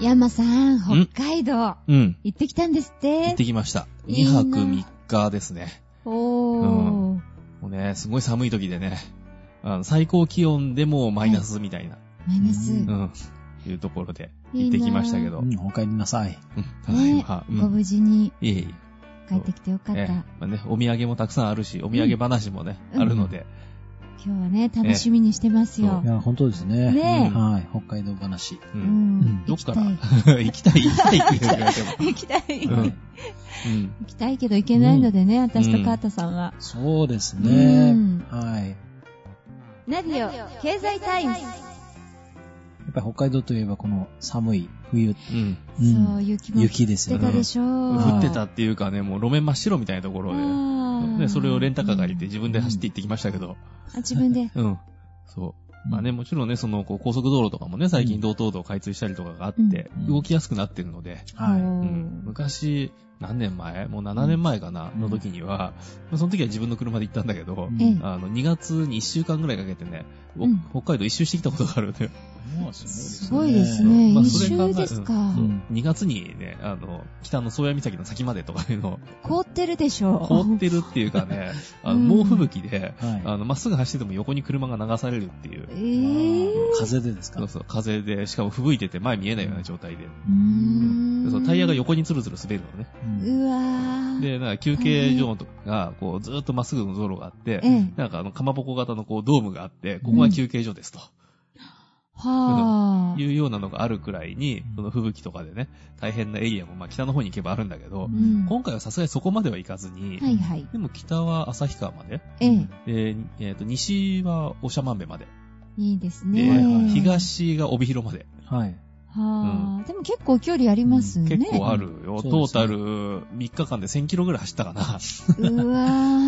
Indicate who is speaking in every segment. Speaker 1: 山さん、北海道、
Speaker 2: うん。
Speaker 1: 行ってきたんですっ
Speaker 2: 行っててきました。
Speaker 1: いい
Speaker 2: 2
Speaker 1: な
Speaker 2: 泊3日ですね。
Speaker 1: おー、
Speaker 2: もうね、すごい寒い時でね、あの最高気温でもマイナスみたいな、
Speaker 1: マイナス。
Speaker 3: うん
Speaker 2: うん、いうところで
Speaker 1: いいな
Speaker 2: 行ってきましたけど、
Speaker 3: うん、お帰りなさい。
Speaker 2: うんただい
Speaker 1: ね
Speaker 2: ま、
Speaker 1: ご無事に
Speaker 2: うん、いえいえ。
Speaker 1: 帰ってきてよかった。
Speaker 2: ええまあね、お土産もたくさんあるし、お土産話もね、
Speaker 1: うん
Speaker 2: あるので、
Speaker 1: 今日はね、楽しみにしてますよ
Speaker 3: い。や、本当ですね。
Speaker 1: ね
Speaker 2: え
Speaker 3: はい。北海道話。
Speaker 2: う
Speaker 1: うんん。行
Speaker 2: どっ
Speaker 1: き
Speaker 2: か
Speaker 1: た
Speaker 2: ら
Speaker 1: い。
Speaker 2: 行きた い、行きたいって言われても。
Speaker 1: 行きたい。
Speaker 2: うん
Speaker 1: 行
Speaker 2: うん
Speaker 1: きたいけど行けないのでね、私とカータさんは。
Speaker 3: そうです
Speaker 1: う
Speaker 3: ね
Speaker 1: ん。
Speaker 3: はい。や
Speaker 1: ナディオ、経済タイムズ。
Speaker 3: っぱり北海道といえばこの寒い冬。
Speaker 2: うん
Speaker 3: うん
Speaker 1: そう、雪も降っ
Speaker 3: 雪ですよ
Speaker 1: て
Speaker 3: ね
Speaker 1: た。でしょ
Speaker 2: 降ってたっていうかね、もう路面真っ白みたいなところで、
Speaker 1: ね
Speaker 2: ね、それをレンタカー借りて自分で走って行ってきましたけど、
Speaker 1: あ、自分で。
Speaker 2: うん。そう。まあね、もちろんね、その、こう、高速道路とかもね、最近、道東道開通したりとかがあって、
Speaker 3: うん
Speaker 2: 動きやすくなってるので、
Speaker 3: はい。
Speaker 1: お
Speaker 3: う
Speaker 2: う
Speaker 1: ー
Speaker 2: ん、昔、何年前もう7年前かな、
Speaker 3: うん
Speaker 2: の時には、まあその時は自分の車で行ったんだけど、
Speaker 3: ん
Speaker 1: ええ
Speaker 2: あの、2月に1週間ぐらいかけてね、お
Speaker 1: うん
Speaker 2: 北海道一周してきたことがあるんだよ。
Speaker 3: もう
Speaker 1: す
Speaker 3: す
Speaker 1: ごいです
Speaker 2: う
Speaker 1: ね。
Speaker 2: んまあ
Speaker 1: 一
Speaker 2: それ考え
Speaker 1: 周ですか。
Speaker 3: ん
Speaker 2: 2月にね、あの、北の宗谷岬の先までとかいうのを、
Speaker 1: 凍ってるでしょ。
Speaker 2: 凍ってるっていうかね、あの、
Speaker 1: うん
Speaker 2: 猛吹雪で、
Speaker 3: はい
Speaker 2: あの、まっすぐ走ってても横に車が流されるっていう
Speaker 1: え。ー。
Speaker 3: 風でですか
Speaker 2: そうそう、風で、しかも吹雪いてて前見えないような状態で。
Speaker 1: うー
Speaker 2: で
Speaker 1: ん
Speaker 2: そうタイヤが横にツルツル滑るのね。
Speaker 3: うん
Speaker 1: うわー。
Speaker 2: で、なんか休憩所とかが、こう、ずーっとまっすぐの道路があって、
Speaker 1: ええ。
Speaker 2: なんかあの、かまぼこ型のこう、ドームがあって、ここが休憩所ですと。
Speaker 1: はあ。
Speaker 2: いうようなのがあるくらいに、その吹雪とかでね、大変なエリアも、まあ北の方に行けばあるんだけど
Speaker 1: う、んは
Speaker 2: 今回はさすがにそこまでは行かずに、
Speaker 1: いはい。
Speaker 2: でも北は旭川まで、
Speaker 1: ええ。
Speaker 2: で、えっ、と、西は長万部まで、
Speaker 1: いいです
Speaker 2: で、
Speaker 1: ね。
Speaker 3: はいはい
Speaker 2: 東が帯広まで、
Speaker 3: はい。
Speaker 1: はあ。でも結構距離ありますね。
Speaker 2: 結構あるよ。
Speaker 3: そうですね
Speaker 2: トータル3日間で1000キロぐらい走ったかな。
Speaker 1: うわ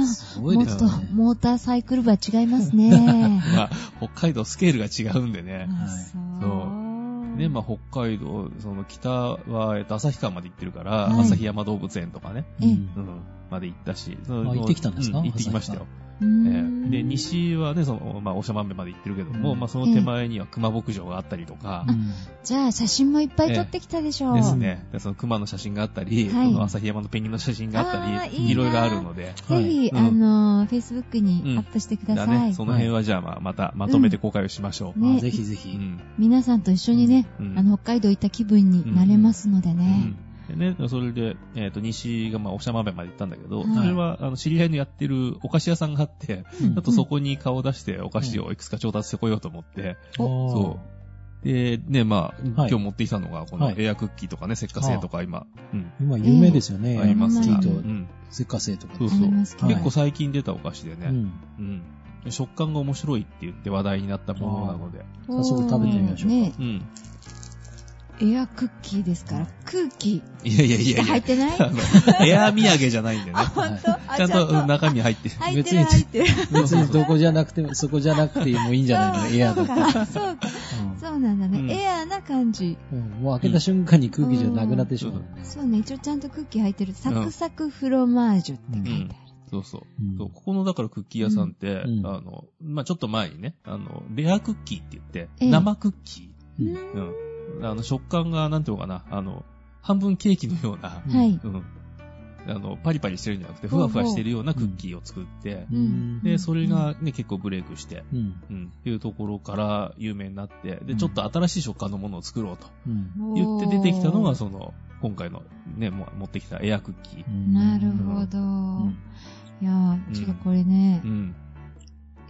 Speaker 1: ー。
Speaker 3: すごい
Speaker 1: も
Speaker 3: で
Speaker 1: っ
Speaker 3: す
Speaker 1: と
Speaker 3: ね。
Speaker 1: モーターサイクル部は違いますね。
Speaker 2: まあ、北海道スケールが違うんでね。
Speaker 1: あそう。
Speaker 2: ね、まあ、北海道、その北は、えっと、旭川まで行ってるから、
Speaker 1: はい
Speaker 2: 旭山動物園とかね、
Speaker 1: ええ
Speaker 3: うん
Speaker 2: うん、まで行ったし、そ
Speaker 3: あ
Speaker 2: の
Speaker 3: 行ってきたんですか
Speaker 2: う行ってきましたよ。
Speaker 1: うー
Speaker 2: え
Speaker 1: ん
Speaker 2: えで、西はね、その、まあ、長万部まで行ってるけども、
Speaker 3: うん
Speaker 2: まあ、その手前には熊牧場があったりとか、
Speaker 3: うん
Speaker 1: じゃあ写真もいっぱい撮ってきたでしょう。
Speaker 2: ですね。でその熊の写真があったり、
Speaker 1: はい
Speaker 2: その旭山のペンギンの写真があった
Speaker 1: あー
Speaker 2: り、
Speaker 1: いいない
Speaker 2: ろいろあるので、
Speaker 1: ぜひ、
Speaker 2: うん
Speaker 1: あの、Facebook にアップしてくださ
Speaker 2: だ
Speaker 1: い。
Speaker 2: ね、その辺はじゃあ、まあ、またまとめて公開をしましょう。
Speaker 1: ね
Speaker 3: あぜひぜ
Speaker 2: う
Speaker 3: ひ。
Speaker 2: ん
Speaker 1: 皆さんと一緒にね、
Speaker 2: うん
Speaker 1: あの、北海道行った気分になれますのでね。
Speaker 2: うんでね、それで、えっ、と、西が、まあ、おしゃまべまで行ったんだけど、
Speaker 1: はい
Speaker 2: それは、あの、知り合いのやってるお菓子屋さんがあって、
Speaker 3: うん
Speaker 2: ちょっとそこに顔を出してお菓子をいくつか調達してこようと思って、
Speaker 3: おー
Speaker 2: そう。で、ね、まあ、今日持ってきたのが、この
Speaker 3: はい
Speaker 2: エアクッキーとかね、石化製とか今、うん、
Speaker 3: 今有名ですよね。
Speaker 2: あります
Speaker 3: チ
Speaker 2: が、
Speaker 3: ー
Speaker 2: う
Speaker 3: ト、
Speaker 2: ん、
Speaker 3: 石化製とか。
Speaker 2: そう
Speaker 1: あ
Speaker 2: そ
Speaker 1: り
Speaker 2: う。
Speaker 1: ますけど
Speaker 2: 結構最近出たお菓子で
Speaker 3: う
Speaker 2: ね、
Speaker 3: ん。
Speaker 2: うん。食感が面白いって言って話題になったものなので、
Speaker 3: 早速食べてみましょうか
Speaker 1: ね
Speaker 2: うん。
Speaker 1: エアクッキーですから、空気
Speaker 2: いやいやい
Speaker 1: し
Speaker 2: や
Speaker 1: か
Speaker 2: いや
Speaker 1: 入っ。てない
Speaker 2: あの、エア土産じゃないんでね。
Speaker 3: 本当
Speaker 1: あ
Speaker 2: ちゃんとうん中身入って。
Speaker 1: 入ってる入ってる。
Speaker 3: 別にどこじゃなくても、そこじゃなくてもいいんじゃないのエア
Speaker 1: そ
Speaker 3: だ
Speaker 1: う
Speaker 3: と。
Speaker 1: か、そうか。そうなんだね。
Speaker 2: うん
Speaker 1: エアな感じ。
Speaker 3: うんうんもう開けた瞬間に空気じゃなくなってしまうよね。
Speaker 1: そうね、一応ちゃんとクッキー入ってる。サクサクフロマージュって書いてある。
Speaker 2: そうそう。
Speaker 3: うん
Speaker 2: そうここのだからクッキー屋さんって、
Speaker 3: うん
Speaker 2: あの、まあ、ちょっと前にね、あの、レアクッキーって言って、
Speaker 1: ええ
Speaker 2: 生クッキ
Speaker 3: うん
Speaker 1: う
Speaker 2: ー。
Speaker 1: ん
Speaker 2: うん。あの、食感が、なんていうのかな、あの、半分ケーキのような、
Speaker 3: うん
Speaker 1: はい。
Speaker 2: うん。あの、パリパリしてるんじゃなくて、ふわふわしてるようなクッキーを作って、
Speaker 1: う
Speaker 3: うんん。
Speaker 2: で、それがね、結構ブレイクして、
Speaker 3: うん。
Speaker 2: うん、っていうところから有名になって、で、
Speaker 3: うん
Speaker 2: ちょっと新しい食感のものを作ろうと
Speaker 3: うん。
Speaker 2: 言って出てきたの
Speaker 1: お
Speaker 2: が、
Speaker 1: ー
Speaker 2: その、今回のね、もう持ってきたエアクッキー。
Speaker 1: なるほど。
Speaker 3: うん
Speaker 1: いやー、ちょっとこれね
Speaker 2: う、ん。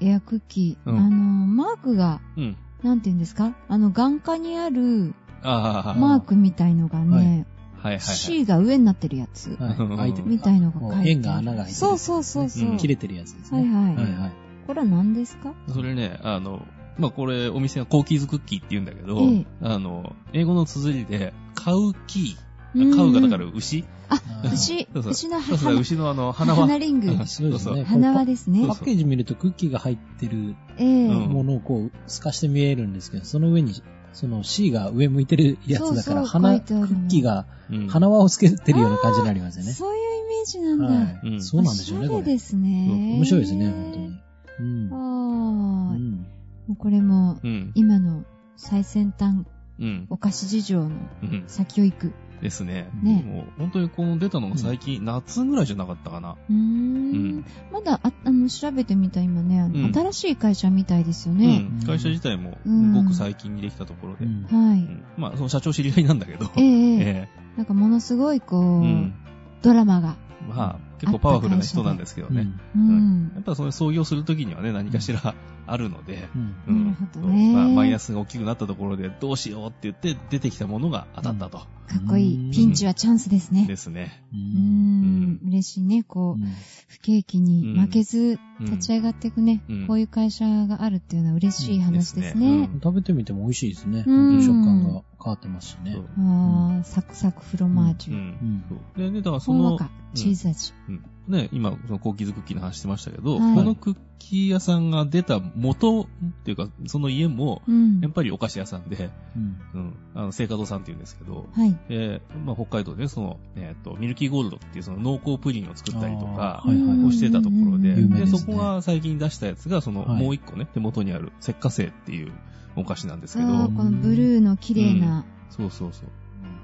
Speaker 1: エアクッキー、
Speaker 2: うん
Speaker 1: あのー、マークが、
Speaker 2: うん。
Speaker 1: なんて言うんですかあの、眼下にある
Speaker 2: ああ、
Speaker 1: マークみたいのが
Speaker 3: はい
Speaker 1: ね、
Speaker 2: はいはいはい。
Speaker 1: C が上になってるやつ
Speaker 3: はい。開いて
Speaker 2: うん
Speaker 1: みたいのが
Speaker 3: も
Speaker 1: 書いてあ
Speaker 3: う
Speaker 1: る。
Speaker 3: 円が穴が開いてる
Speaker 1: そうそうそうそう。
Speaker 2: うん
Speaker 3: 切れてるやつです
Speaker 1: はい
Speaker 3: ね。
Speaker 1: はい。
Speaker 3: はいはい。
Speaker 1: これは何ですか
Speaker 2: それね、あの、まあ、これ、お店がコーキーズクッキーって言うんだけど、
Speaker 1: ええ
Speaker 2: あの、英語の綴りで、カウキ
Speaker 1: うんうん
Speaker 2: ー。カウがだから牛、
Speaker 3: あー
Speaker 1: 牛、
Speaker 2: そうそう
Speaker 1: 牛の
Speaker 2: そうそう
Speaker 1: 花、
Speaker 2: 牛のあの、花
Speaker 1: 花
Speaker 2: は。
Speaker 1: リング。
Speaker 2: うん
Speaker 3: そうですね。
Speaker 1: 花輪ですね
Speaker 3: パ。ッケージ見るとクッキーが入ってる
Speaker 1: ええ
Speaker 2: うん
Speaker 3: ものをこう透かして見えるんですけど、その上にその C が上向いてるやつだから、
Speaker 1: そうそう書い
Speaker 3: 花、
Speaker 1: て
Speaker 3: ク
Speaker 1: あるの
Speaker 3: ッキーが
Speaker 2: うん
Speaker 3: 花輪をつけてるような感じになりますよね。
Speaker 1: そういうイメージなんだ。
Speaker 3: はい、
Speaker 2: うん
Speaker 3: そうなんでしょう
Speaker 1: おし
Speaker 3: ね、
Speaker 1: ゃ
Speaker 3: こ
Speaker 1: れ
Speaker 3: れ。
Speaker 1: ですね。
Speaker 3: 面白いですね、本当に。うん。
Speaker 1: ああ、
Speaker 3: う
Speaker 1: も
Speaker 3: ん
Speaker 1: うこれも
Speaker 2: うん。
Speaker 1: 今の最先端
Speaker 2: うん。
Speaker 1: お菓子事情の
Speaker 2: うん。
Speaker 1: 先を行く。
Speaker 2: ですね。
Speaker 1: ね
Speaker 2: もう本当にこの出たのが最近、夏ぐらいじゃなかったかな。
Speaker 1: うー
Speaker 2: うんん。
Speaker 1: まだあ、あの、調べてみた今ね、あの
Speaker 2: うん
Speaker 1: 新しい会社みたいですよ
Speaker 2: う
Speaker 1: ね。
Speaker 2: ん。会社自体も、
Speaker 1: うん
Speaker 2: ごく最近にできたところで。
Speaker 3: うん
Speaker 1: は
Speaker 2: う
Speaker 1: い。
Speaker 2: んまあ、その社長知り合いなんだけど。
Speaker 1: ええええ
Speaker 2: え
Speaker 1: なんかものすごい、こう、
Speaker 2: えうん。
Speaker 1: ドラマが。
Speaker 2: まあ、結構パワフルな人なんですけどね。
Speaker 1: うん。
Speaker 2: やっぱその創業するときにはね、何かしらあるので、
Speaker 3: うん
Speaker 1: う
Speaker 2: うんん
Speaker 1: なるほどね
Speaker 2: まあ、マイナスが大きくなったところで、どうしようって言って出てきたものが当たったと。
Speaker 1: かっこいい。ピンチはチャンスですね。
Speaker 2: ですね。
Speaker 3: う
Speaker 1: うんん。嬉しいね。こう、不景気に負けず
Speaker 2: うん
Speaker 1: 立ち上がっていくね
Speaker 2: う。ん
Speaker 1: こういう会社があるっていうのは嬉しい話です
Speaker 2: うん
Speaker 1: ね
Speaker 2: で。
Speaker 3: 食べてみても美味しいですね。
Speaker 1: うん
Speaker 3: 食感が変わってますしね
Speaker 2: そう。
Speaker 1: ああ、サクサクフロマージ
Speaker 2: う
Speaker 1: ュ。
Speaker 2: ん。
Speaker 3: ん
Speaker 2: そうでね、だから
Speaker 1: ほ
Speaker 2: そ
Speaker 1: んわ
Speaker 2: の、
Speaker 1: か、チーズ味。
Speaker 2: うんね、今、そのコーキーズクッキーの話してましたけど、
Speaker 1: はい
Speaker 2: このクッキー屋さんが出た元っていうか、その家も、
Speaker 1: うん
Speaker 2: やっ。ぱりお菓子屋さんで、
Speaker 3: うん
Speaker 2: うん、あの、青果堂さんっていうんですけど、
Speaker 1: はい。
Speaker 2: えーまあ、北海道でね、その、えっ、と、ミルキーゴールドっていうその濃厚プリンを作ったりとか
Speaker 3: あー、はいはい
Speaker 1: うん
Speaker 2: をしてたところで、
Speaker 3: 有名
Speaker 2: で
Speaker 3: ですね
Speaker 2: そこが最近出したやつが、その、
Speaker 3: はい
Speaker 2: もう一個ね、手元にある、石化製っていうお菓子なんですけ
Speaker 1: ああ、
Speaker 2: ど
Speaker 3: ー、
Speaker 1: このブルーの綺麗な。
Speaker 2: そうそうそう。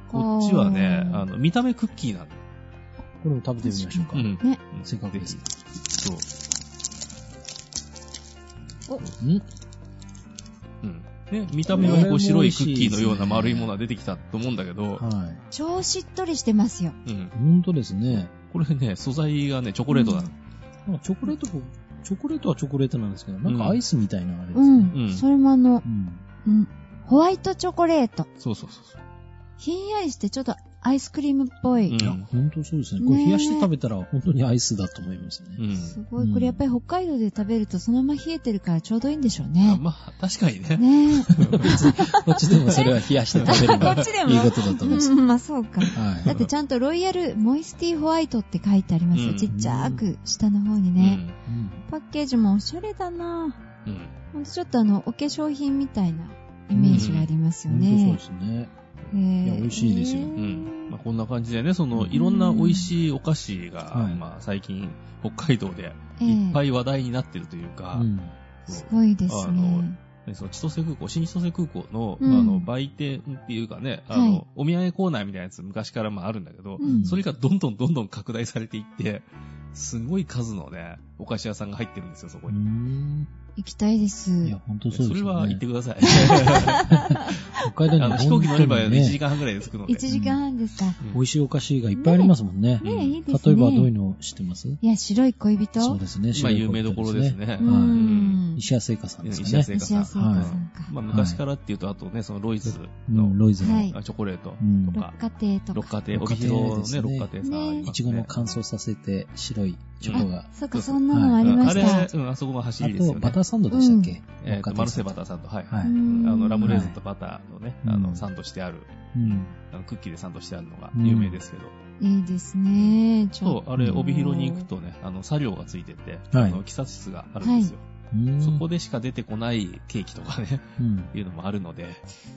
Speaker 2: こっちはね、あの、見た目クッキーなんで、
Speaker 3: これも食べてみましょうか。
Speaker 2: うん
Speaker 1: ね。
Speaker 2: うん
Speaker 3: せっかくです
Speaker 2: ぜ。ひそう。
Speaker 3: うん
Speaker 2: うん。ね、見た目がね、こう白いクッキーのような丸いものが出てきたと思うんだけど、
Speaker 3: はい。
Speaker 1: 超しっとりしてますよ。
Speaker 2: うん。
Speaker 3: 本当ですね。
Speaker 2: これね、素材がね、チョコレートなの。
Speaker 3: なんかチョコレートも、チョコレートはチョコレートなんですけど、なんかアイスみたいなあれです
Speaker 1: う
Speaker 3: ね。
Speaker 1: ん。
Speaker 2: うん
Speaker 1: それもあの、
Speaker 3: うん。
Speaker 1: うん。ホワイトチョコレート。
Speaker 2: そうそうそうそう。
Speaker 1: ひんやりしてちょっとアイスクリームっぽい。
Speaker 2: うん
Speaker 3: いや、本当そうですね。これ冷やして食べたら本当にアイスだと思います
Speaker 2: う
Speaker 3: ね。
Speaker 2: ん。
Speaker 1: すごい。これやっぱり北海道で食べるとそのまま冷えてるからちょうどいいんでしょうね。
Speaker 2: まあ、確かにね。
Speaker 1: ね
Speaker 3: こっちでもそれは冷やして食べれば
Speaker 1: こっちでも
Speaker 3: いいことだと
Speaker 1: え。
Speaker 3: 思います。
Speaker 1: うん、まあそうか。だ
Speaker 3: は
Speaker 1: ってちゃんとロイヤルモイスティホワイトって書いてありますよ。
Speaker 2: うん
Speaker 1: ちっちゃく下の方に
Speaker 2: う
Speaker 1: ね。
Speaker 2: ん。
Speaker 3: い。うん
Speaker 1: パッケージもおしゃれだな
Speaker 2: うん。
Speaker 1: ほんとちょっとあの、お化粧品みたいなイメージがありますよ
Speaker 3: 本
Speaker 1: ね
Speaker 3: 当。そうですね。
Speaker 1: えー
Speaker 3: いや美味しいですよ
Speaker 1: えー
Speaker 2: うん。まあ、こんな感じでね、その、
Speaker 3: うん
Speaker 2: いろんな美味しいお菓子が、
Speaker 3: はい
Speaker 2: まあ、最近、北海道で、
Speaker 1: え
Speaker 2: いっぱ
Speaker 1: い。
Speaker 2: い話題になってるというか、
Speaker 3: うん
Speaker 1: すごいですね。
Speaker 2: ねその千歳空港、新千歳空港の、
Speaker 1: うん
Speaker 2: あの、売店っていうかね、あの、
Speaker 1: はい
Speaker 2: お土産コーナーみたいなやつ昔からまああるんだけど、
Speaker 1: うん
Speaker 2: それがどんどんどんどん拡大されていって、すごい数のね、お菓子屋さんが入ってるんですよ、そこ
Speaker 3: う
Speaker 2: に。
Speaker 3: ん。
Speaker 1: 行きたいです。
Speaker 3: いや、本当
Speaker 2: そ
Speaker 3: そうです
Speaker 2: れ
Speaker 3: よね。
Speaker 2: は行ってください。
Speaker 3: 北海道
Speaker 2: あの
Speaker 3: にも
Speaker 2: 飛行機乗れば
Speaker 3: 本当に
Speaker 2: 1
Speaker 3: ね
Speaker 2: 時間半ぐらいで着くので。
Speaker 1: 1時間半ですか。
Speaker 3: 美味しいお菓子がいっぱいありますもん
Speaker 1: ね
Speaker 3: ね。
Speaker 1: え、いいです
Speaker 3: 例
Speaker 1: ね。
Speaker 3: えばどういうのを知ってます
Speaker 1: いや、白い恋人
Speaker 3: そうですね。
Speaker 2: まあ
Speaker 3: 白い
Speaker 2: 有名どころです。ね
Speaker 1: う。
Speaker 3: はい
Speaker 1: ん。
Speaker 3: 石屋製菓さんです
Speaker 2: 石
Speaker 3: よ
Speaker 2: 屋製
Speaker 3: ね。
Speaker 2: 菓さん。
Speaker 1: 石屋製菓さんか
Speaker 2: まあ昔からっていうと、あとね、そのロイズ
Speaker 3: う
Speaker 2: の
Speaker 3: ん、ロイズの。
Speaker 1: は
Speaker 3: う
Speaker 1: い
Speaker 2: あチョコレート
Speaker 3: ん
Speaker 2: と。か、
Speaker 1: 六花亭と
Speaker 2: 六
Speaker 1: か。
Speaker 2: 花亭、
Speaker 3: 六
Speaker 2: 帯
Speaker 3: 花亭
Speaker 2: 広の
Speaker 3: です
Speaker 2: ね、六
Speaker 3: ね
Speaker 2: 花亭さんありますね。
Speaker 3: いちごの乾燥させて白いチョコが。
Speaker 1: そうか、そんなのもありました
Speaker 2: あれ、。うん、あそこも走
Speaker 3: あ
Speaker 2: りですよ
Speaker 3: と、
Speaker 2: ね。
Speaker 3: バターサンドでしたっけ
Speaker 2: えっと、マルセバ
Speaker 3: タ。
Speaker 2: ターさんと、はい。
Speaker 3: は
Speaker 1: う
Speaker 3: い。
Speaker 1: ん
Speaker 2: あの、ラムレーズンとバターのね、
Speaker 3: は
Speaker 2: あ
Speaker 3: いうん
Speaker 2: の、サンドしてある、
Speaker 3: うん。
Speaker 2: あのクッキーでサンドしてあるのが
Speaker 3: うん
Speaker 2: 有名ですけど。
Speaker 1: いいですね。ちょ
Speaker 2: そ
Speaker 1: っ
Speaker 2: う、あれ、帯広に行くとね、あの、作業がついてて、
Speaker 3: はい
Speaker 2: あの、喫茶室があるんですよ。
Speaker 3: うん
Speaker 2: そこでしか出てこないケーキとかね、
Speaker 3: うん。
Speaker 2: いうのもあるので。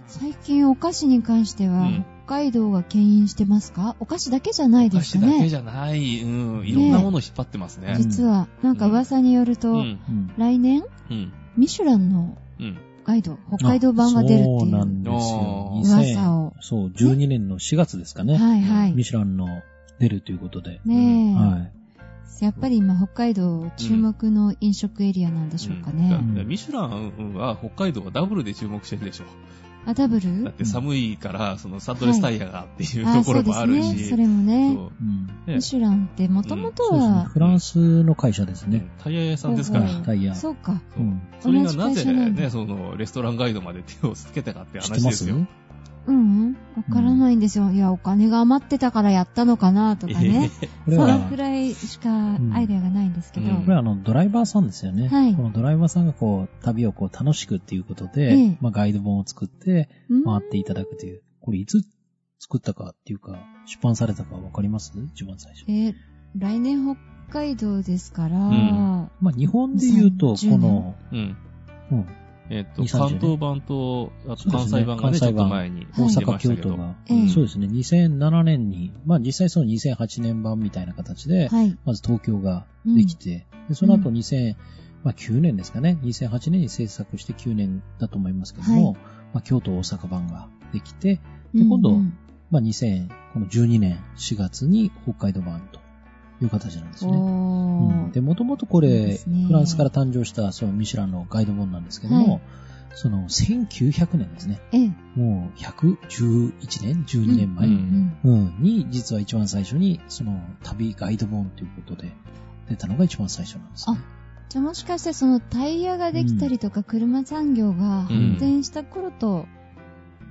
Speaker 1: 最近お菓子に関しては
Speaker 2: うん、
Speaker 1: 北海道が牽引してますかお菓子だけじゃない
Speaker 2: お
Speaker 1: で
Speaker 2: 菓
Speaker 1: す
Speaker 2: 子
Speaker 1: か
Speaker 2: だけ
Speaker 1: ね。
Speaker 2: じゃない、うん、いろんなものを引っ張ってますね。
Speaker 1: 実は、なんか噂による
Speaker 2: う
Speaker 1: と、
Speaker 2: ん、
Speaker 3: うん
Speaker 1: 来年、
Speaker 2: うん、
Speaker 1: ミシュランの
Speaker 2: うん。
Speaker 1: 北海道、北海道版が出るって
Speaker 3: そう
Speaker 1: い
Speaker 3: なん
Speaker 1: う
Speaker 3: ですよ。
Speaker 2: あー
Speaker 3: 2000
Speaker 1: 噂を。
Speaker 3: そう、12年の4月ですかね。
Speaker 1: はいはい。
Speaker 3: ミシュランの出るということで。
Speaker 1: ねえ、
Speaker 3: は
Speaker 1: やっぱり今、北海道注目の飲食エリアなんでしょうかね。
Speaker 2: うんだらミシュランは北海道がダブルで注目してるでしょ。
Speaker 1: あ、ダブ
Speaker 2: だっ
Speaker 1: ル
Speaker 2: て寒いから、そのサドレスタイヤがっていう
Speaker 1: あ、
Speaker 2: とこ
Speaker 1: そう
Speaker 2: ろ
Speaker 1: で
Speaker 2: も
Speaker 1: す
Speaker 2: ある
Speaker 1: ね。
Speaker 2: し。
Speaker 1: それもね。
Speaker 2: そう
Speaker 3: い。うん。
Speaker 2: ね
Speaker 1: ミシュランってもともと
Speaker 3: そうですね
Speaker 1: は、
Speaker 3: フランスの会社ですね。
Speaker 2: タイヤ屋さんですから。
Speaker 1: うん
Speaker 3: タイヤ。
Speaker 1: そうか。
Speaker 2: そう
Speaker 3: うん
Speaker 2: それがなぜ
Speaker 1: 同じ会社なんだ
Speaker 2: ね、その、レストランガイドまで手をつけたかって
Speaker 3: 知って
Speaker 2: 話
Speaker 3: ま
Speaker 2: ですすよ。
Speaker 1: うんうん。わからないんですよ。いや、お金が余ってたからやったのかなとかね。
Speaker 3: これ
Speaker 1: そ
Speaker 3: は、
Speaker 1: の
Speaker 3: こ
Speaker 1: くらいしかアイデアがないんですけど。
Speaker 2: うん
Speaker 3: れはあの、ドライバーさんですよね。
Speaker 1: はい
Speaker 3: このドライバーさんがこう、旅をこう、楽しくっていうことで、
Speaker 1: ええ
Speaker 3: まあ、ガイド本を作って、
Speaker 1: うん
Speaker 3: 回っていただくという。これ、いつ作ったかっていうか、出版されたかわかります一番最初。
Speaker 1: えー来年北海道ですから、
Speaker 2: ん
Speaker 3: まあ、日本で言うと、こ
Speaker 1: 2010
Speaker 3: の、
Speaker 2: うん。
Speaker 3: うん、
Speaker 2: えっと、
Speaker 3: 2 30
Speaker 2: 関東版と、あと関西版が
Speaker 3: そう
Speaker 2: ね、ち
Speaker 3: ですね
Speaker 2: ょっと前に
Speaker 1: は
Speaker 3: 大
Speaker 1: い
Speaker 2: 出
Speaker 3: 阪、
Speaker 2: ました
Speaker 3: 京
Speaker 2: け
Speaker 3: 都
Speaker 2: ど。
Speaker 3: が、
Speaker 1: ええ
Speaker 3: そうですね、2007年に、まあ実際その2008年版みたいな形で、
Speaker 1: はい。
Speaker 3: まず東京ができて、でその後2009年ですかね、2008年に制作して9年だと思いますけども、まあ、京都大阪版ができて、で今度
Speaker 1: うんうん
Speaker 3: まあ、2012年4月に北海道版という形なんですね。
Speaker 1: お
Speaker 3: うん
Speaker 1: ー
Speaker 3: で、もともとこれ、
Speaker 1: ですね
Speaker 3: フランスから誕生した、そのミシュランのガイド本なんですけども、
Speaker 1: はい
Speaker 3: その1900年ですね。
Speaker 1: ええ、
Speaker 3: もう111年、12年前、
Speaker 2: う。
Speaker 1: うんん
Speaker 3: うんに、実は一番最初に、その旅ガイド本ということで出たのが一番最初なんですね。
Speaker 1: じゃあもしかしてそのタイヤができたりとか車産業が発展した頃と、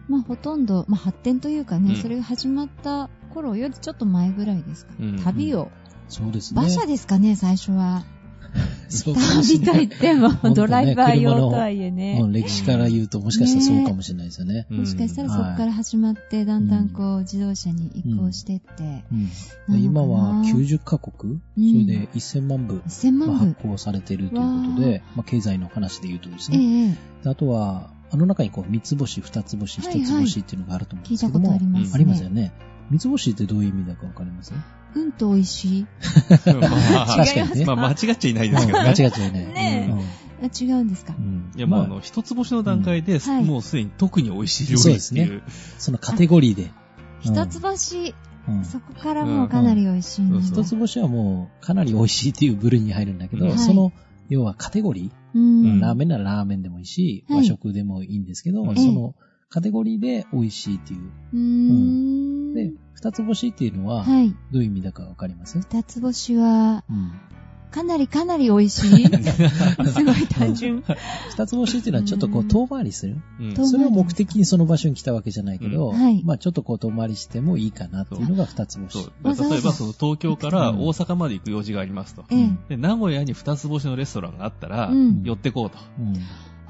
Speaker 1: まあほとんど、まあ、発展というかね、
Speaker 2: うん
Speaker 1: それが始まった頃よりちょっと前ぐらいですか、
Speaker 2: うん
Speaker 1: 旅を
Speaker 3: そうですね。
Speaker 1: 馬車ですかね最初は、
Speaker 3: そうかもし
Speaker 1: 旅と
Speaker 3: れない
Speaker 1: いっても、
Speaker 3: 本当ね
Speaker 1: ドライバー用とはいえね
Speaker 3: うん、歴史から言うともしかしたらそうかもしれないですよね。
Speaker 2: うん
Speaker 1: もしかしたら
Speaker 3: うん
Speaker 1: そこから始まって、だんだんこう、自動車に移行してって、
Speaker 3: うん
Speaker 1: なのかな
Speaker 3: 今は90カ国、
Speaker 1: うん
Speaker 3: それで1000万部
Speaker 1: 1000
Speaker 3: まあ
Speaker 1: 万
Speaker 3: 発
Speaker 1: 部。
Speaker 3: 行されているということ
Speaker 1: わ
Speaker 3: で、まあ、経済の話で言うとです
Speaker 1: ええ
Speaker 3: ね、
Speaker 1: ええ
Speaker 3: であとは、あの中にこう、三つ星、二つ星、
Speaker 1: はいはい
Speaker 3: 一つ星っていうのがあると思うん
Speaker 1: 聞
Speaker 3: で
Speaker 1: い
Speaker 3: す
Speaker 1: た
Speaker 3: けど
Speaker 1: こと
Speaker 3: も、
Speaker 1: ありま
Speaker 2: うん
Speaker 1: す
Speaker 3: あります
Speaker 1: ね
Speaker 3: よ。ね。三つ星ってどういう意味だかわかります
Speaker 1: うんと美味しい。
Speaker 2: ま あ
Speaker 3: 確かにね
Speaker 2: まあ、間違っちゃいないですけど
Speaker 3: 間
Speaker 2: ね
Speaker 3: 違っ。ちゃいない。
Speaker 1: ねあ、違うんですか
Speaker 3: う。ん
Speaker 2: いや、もうあの、一つ星の段階で、
Speaker 1: はい
Speaker 2: もうすでに特に美味しい料理っていう。
Speaker 3: そのカテゴリーで。
Speaker 1: 一つ星、
Speaker 3: うん
Speaker 1: そこからもうかなり美味しいの
Speaker 2: うん
Speaker 3: 一つ星はもう、かなり美味しいっていう部類に入るんだけど、
Speaker 2: はい
Speaker 3: その、要はカテゴリー、
Speaker 1: うん
Speaker 2: うん
Speaker 3: ラーメンならラーメンでもいいし、
Speaker 1: はい
Speaker 3: 和食でもいいんですけど、
Speaker 2: うん
Speaker 3: そのカテゴリーで美味しいっていう。
Speaker 1: うーん
Speaker 3: で、二つ星っていうのは、
Speaker 1: はい。
Speaker 3: どういう意味だかわかります、
Speaker 1: 二つ星は、
Speaker 3: うん
Speaker 1: かなりかなり美味しい。すごい単純。
Speaker 3: 二つ星っていうのはちょっとこ
Speaker 1: う
Speaker 3: うん遠回りする。
Speaker 2: うん
Speaker 1: 遠回り
Speaker 3: それを目的にその場所に来たわけじゃないけど、
Speaker 1: うんはい
Speaker 3: まあちょっとこう遠回りしてもいいかなっていうのが二つ
Speaker 2: そ
Speaker 3: 星
Speaker 2: う。。
Speaker 1: わざわざ
Speaker 2: 例えば、その東京から大阪まで行く用事がありますと。
Speaker 1: ええ。
Speaker 2: で、名古屋に二つ星のレストランがあったら
Speaker 1: う、ん。
Speaker 2: 寄ってこうと。
Speaker 3: うん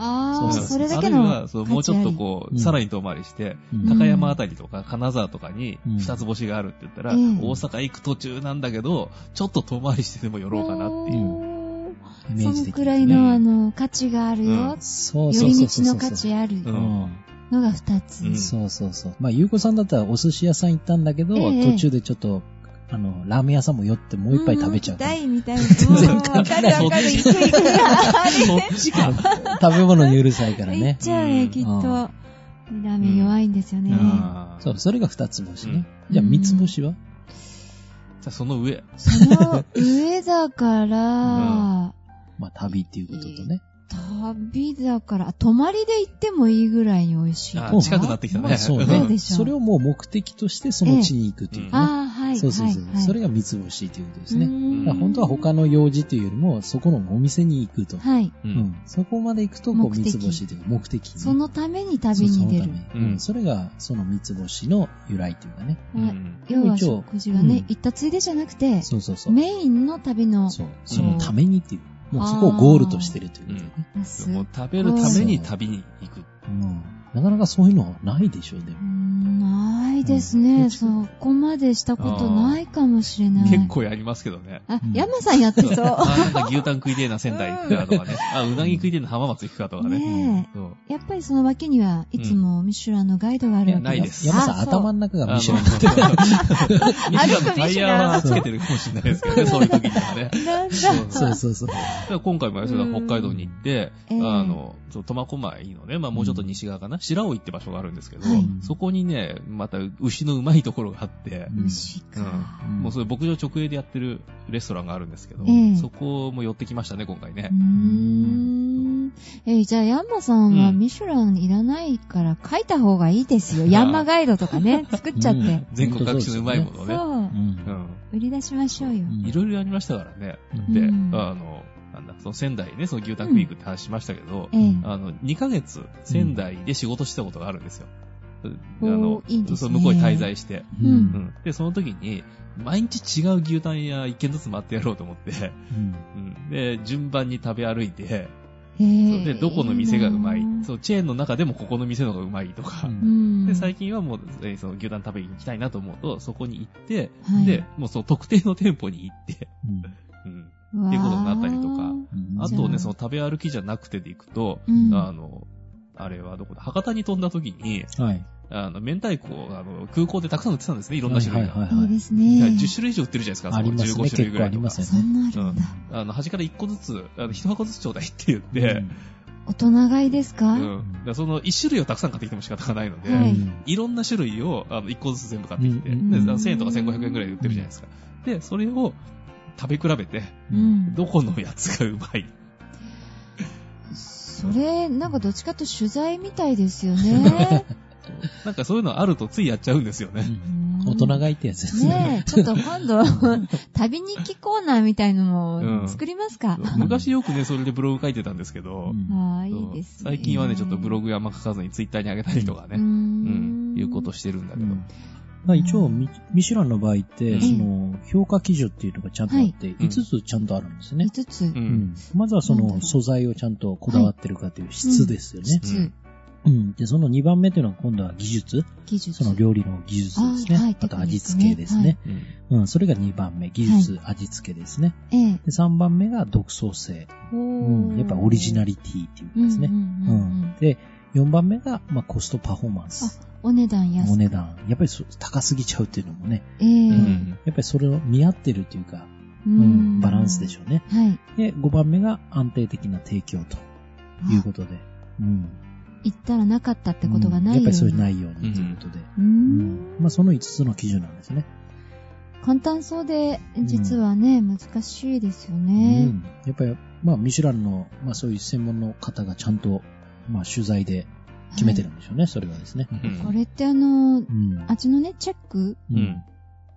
Speaker 1: ああ、
Speaker 3: そう
Speaker 1: それだけ
Speaker 2: あるい
Speaker 1: の
Speaker 2: は、そう、もうちょっと
Speaker 1: う、
Speaker 2: こ
Speaker 3: う
Speaker 2: う、
Speaker 3: ん
Speaker 2: さらに遠回りして、
Speaker 3: うん
Speaker 2: 高山あたりとか金沢とかに
Speaker 3: うん
Speaker 2: 二つ星があるって言ったら、
Speaker 1: ええ
Speaker 2: 大阪行く途中なんだけど、ちょっと遠回りしてでも寄ろうかなっていう。
Speaker 1: いう。
Speaker 3: イメ
Speaker 1: そ
Speaker 3: ージ
Speaker 1: の
Speaker 3: 的
Speaker 1: くらい
Speaker 3: にね
Speaker 1: の、あの、価値があるよ。
Speaker 3: そ
Speaker 1: 寄
Speaker 3: うそうそ
Speaker 1: り
Speaker 3: うそ
Speaker 1: 道
Speaker 3: うそ
Speaker 1: の
Speaker 3: う。
Speaker 1: 価値ある
Speaker 2: う
Speaker 3: うん
Speaker 1: の
Speaker 3: ん
Speaker 1: が二つ。
Speaker 2: うん
Speaker 3: そうそうそう。まあ、ゆうこさんだったらお寿司屋さん行ったんだけど、
Speaker 1: ええ
Speaker 3: 途中でちょっと、あの、ラーメン屋さんも寄ってもう一杯食べちゃう。
Speaker 1: 痛
Speaker 3: 食
Speaker 1: いみたいな。全
Speaker 3: 然関係ない
Speaker 1: わかるわかる。行く行く。あれ
Speaker 2: そっちか。
Speaker 3: べ物にうるさいから
Speaker 1: 行っ
Speaker 3: ね。
Speaker 1: ちゃうね、きっと。
Speaker 3: う
Speaker 1: ラ
Speaker 3: ん
Speaker 1: ーメン弱いんですよね。
Speaker 2: あー
Speaker 3: そう、それが二つ星ね。
Speaker 1: うん
Speaker 3: じゃあ三つ星は
Speaker 2: じゃあその上。
Speaker 1: その上だから、
Speaker 3: まあ、旅っていうこととね。
Speaker 1: 旅だから、あ泊まりで行ってもいいぐらいに美味しい。
Speaker 2: あ
Speaker 3: うん
Speaker 2: 近くなってきたね。
Speaker 3: まあそう
Speaker 1: そう
Speaker 3: ね。
Speaker 1: でしょう
Speaker 3: それをもう目的としてその地に行くっていうね。
Speaker 1: ああ、はい。
Speaker 3: そうそうそう
Speaker 1: はい。はい
Speaker 3: それが三つ星ということです
Speaker 1: う
Speaker 3: ね。
Speaker 1: ん
Speaker 3: だから本当は他の用事というよりも、そこのお店に行くと。
Speaker 1: はい。
Speaker 2: う。
Speaker 3: うんん。そこまで行くと、こう、
Speaker 1: 目
Speaker 3: 三
Speaker 1: 的
Speaker 3: つ星という目的ね。
Speaker 1: そのために旅
Speaker 3: そう
Speaker 1: に出る。
Speaker 3: そのために
Speaker 2: う
Speaker 3: うんん。それが、その三つ星の由来というかね。
Speaker 2: う
Speaker 1: まあ
Speaker 2: ん
Speaker 1: 要は食事がね
Speaker 3: うん、
Speaker 1: 行ったついでじゃなくて、
Speaker 3: そうそうそう。
Speaker 1: メインの旅の、
Speaker 3: そう。そのためにっていう。もうそこをゴールとしてるということね。
Speaker 1: す
Speaker 2: もう食べるために旅に行く。
Speaker 3: うん。なかなかそういうのはないでしょうね。
Speaker 1: うんないですね、
Speaker 3: うん
Speaker 1: そこまでしたことないかもしれない。
Speaker 2: 結構やりますけどね。
Speaker 1: あ
Speaker 3: う、ん
Speaker 1: 山さんやって
Speaker 2: そう
Speaker 1: そ
Speaker 2: あ なんか牛タン食いてえな仙台行くかとかね。あ、うなぎ食いてえな浜松行くかとか
Speaker 1: う。
Speaker 2: ね。
Speaker 1: ね
Speaker 2: そう
Speaker 1: え。やっぱりその脇にはいつもミシュランのガイドがあるわけ
Speaker 2: ないです
Speaker 3: 山さ
Speaker 1: あ
Speaker 3: ん、
Speaker 1: そう
Speaker 3: 頭の中が
Speaker 2: あの
Speaker 3: ミシュラン。
Speaker 2: ミシュラン のタイヤはつけてるかもしれないですけどね、そういう時にはね。
Speaker 1: なんだ。
Speaker 3: そうそうそう。
Speaker 2: だから今回もあれですよ
Speaker 1: うん
Speaker 2: 北海道に行って、
Speaker 1: ええ
Speaker 2: あの、そう苫小牧のね、まあもうちょっと西側かな、白老って場所があるんですけど、
Speaker 1: はい
Speaker 2: そこにね、また牛のうまいところがあって、
Speaker 3: うん
Speaker 1: 牛か。
Speaker 3: ん
Speaker 2: もうそれ牧場直営でやってるレストランがあるんですけど、
Speaker 1: ええ
Speaker 2: そこも寄ってきましたね、今回ね
Speaker 1: うー。ん。え、じゃあ、ヤンマさんは
Speaker 2: うん
Speaker 1: ミシュランいらないから書いた方がいいですよ。ヤンマガイドとか ね、作っちゃって。
Speaker 3: うん
Speaker 2: 全国各地のうまいもの
Speaker 1: そ
Speaker 2: を
Speaker 1: う、
Speaker 2: ね。
Speaker 3: うん。
Speaker 1: 売り出しましょうよ。
Speaker 2: いろいろやりましたからね。
Speaker 3: うん
Speaker 2: で、
Speaker 1: うん
Speaker 2: あの、なんだ、その仙台ね、その牛タンクイークって話しましたけど、
Speaker 1: ええ。
Speaker 2: あの、2ヶ月仙台で仕事してたことがあるんですよ。
Speaker 1: うん
Speaker 2: あの
Speaker 1: おーいいですね
Speaker 2: そう向こうに滞在して。
Speaker 3: う。
Speaker 1: うん
Speaker 2: うんん。で、その時に、毎日違う牛タン屋一軒ずつ回ってやろうと思って、うん。で、順番に食べ歩いて、
Speaker 1: え
Speaker 2: そうで、どこの店がうまい
Speaker 1: な。
Speaker 2: そう、チェーンの中でもここの店の方がうまいとか。
Speaker 3: うん
Speaker 1: うん。
Speaker 2: で、最近はもう、えーその牛タン食べに行きたいなと思うと、そこに行って、
Speaker 1: はい
Speaker 2: で、もうその特定の店舗に行って、
Speaker 3: うん
Speaker 2: うん。
Speaker 1: って
Speaker 2: いうことになったりとか
Speaker 3: うん
Speaker 2: あ
Speaker 1: じ
Speaker 2: と
Speaker 1: ゃ
Speaker 2: ね、
Speaker 1: あ
Speaker 2: その食べ歩きじゃなくてで行くと、
Speaker 1: うん
Speaker 2: あの、あれはどこだ博多に飛んだ時に、
Speaker 3: はい。
Speaker 2: あの、明太子、あの、空港でたくさん売ってたんですね、いろんな種類が。
Speaker 3: はいはい
Speaker 1: い
Speaker 3: はいい。
Speaker 1: ですね。
Speaker 2: だから10種類以上売ってるじゃないですか、
Speaker 3: あります
Speaker 2: そ
Speaker 3: ね
Speaker 2: の15種類ぐらい
Speaker 3: 結構あります
Speaker 2: とか
Speaker 3: よ。
Speaker 1: そんなあるんだ。
Speaker 2: あの、端から1個ずつ、あの、1箱ずつちょうだいって言って、
Speaker 1: 大人買いですか、
Speaker 2: うん。だからその一種類をたくさん買ってきても仕方がないので、
Speaker 1: はい
Speaker 2: い、
Speaker 3: うん
Speaker 2: ろんな種類をあの一個ずつ全部買ってきて、
Speaker 3: う
Speaker 2: で
Speaker 3: ん
Speaker 2: 1000円とか1500円くらいで売ってるじゃないですか。で、それを食べ比べて、
Speaker 1: うん
Speaker 2: どこのやつがうまい。
Speaker 1: それ、なんかどっちかというと取材みたいですよ ね。
Speaker 2: なんかそういうのあるとついやっちゃうんですよね。
Speaker 1: うん
Speaker 3: 大人買いってやつですね。
Speaker 1: ねえ、ちょっと今度、旅日記コーナーみたいの
Speaker 2: う
Speaker 1: も
Speaker 2: ん
Speaker 1: 作りますか。
Speaker 2: 昔よくね、それでブログ書いてたんですけど、
Speaker 1: ああ、い
Speaker 2: そう
Speaker 1: いですね。
Speaker 2: 最近はね、ちょっとブロ
Speaker 1: グ
Speaker 2: グあんま書かずにツイッターに上げたりとかね、うん、いうことしてるんだけ
Speaker 3: う
Speaker 2: ど。
Speaker 3: んまあ一応、ミミシュランの場合って、
Speaker 2: うん
Speaker 3: その、評価基準っていうのがちゃんとあって、
Speaker 2: うん
Speaker 3: 5つちゃんとあるんですね。
Speaker 1: 5つ
Speaker 2: う。
Speaker 3: うん
Speaker 2: ん。
Speaker 3: まずはそ
Speaker 1: なんだろ
Speaker 3: の
Speaker 1: う
Speaker 3: 素材をちゃんとこだわってるかという質ですよね。
Speaker 1: 質、
Speaker 2: うん
Speaker 3: うん。で、その2番目というのは今度は技術。
Speaker 1: 技術。
Speaker 3: その料理の技術ですね。
Speaker 1: あはい
Speaker 3: あと味付けですね、
Speaker 2: うん
Speaker 3: うん。それが2番目。技術、味付けですね。
Speaker 1: ええ。
Speaker 3: で、3番目が独創性。うん。やっぱオリジナリティっていう
Speaker 1: リ
Speaker 3: かですね。
Speaker 1: うんうんうんうん
Speaker 3: で、4番目が、まあ、コストパフォーマンス。
Speaker 1: お値段安
Speaker 3: お
Speaker 1: く。
Speaker 3: 値段。やっぱりそう高すぎちゃうっていうのもね。
Speaker 1: え
Speaker 2: う
Speaker 1: え。
Speaker 2: ん。
Speaker 3: やっぱりそれを見合ってるというか、
Speaker 1: う
Speaker 3: うん、バランスでし
Speaker 1: ょ。
Speaker 3: ょうね。
Speaker 1: はい。
Speaker 3: で、5番目が安定的な提供ということで。うん。
Speaker 1: 行ったらなかったってことがな
Speaker 3: うん
Speaker 1: いよ
Speaker 3: やっぱりそうれ
Speaker 1: に。
Speaker 3: ないようにということで。
Speaker 1: う
Speaker 3: うん
Speaker 1: ん。
Speaker 3: まあ、その5つの基準なんですね。
Speaker 1: 簡単そうで、実はね、難しいですよ
Speaker 3: う
Speaker 1: ね。
Speaker 3: んやっぱり、まあ、ミシュランの、まあ、そういう専門の方がちゃんと、まあ、取材で決めてるんでしょうね、それはですね。
Speaker 2: うん
Speaker 1: これってあの、
Speaker 3: うん。
Speaker 1: 味のね、チェック
Speaker 2: うん。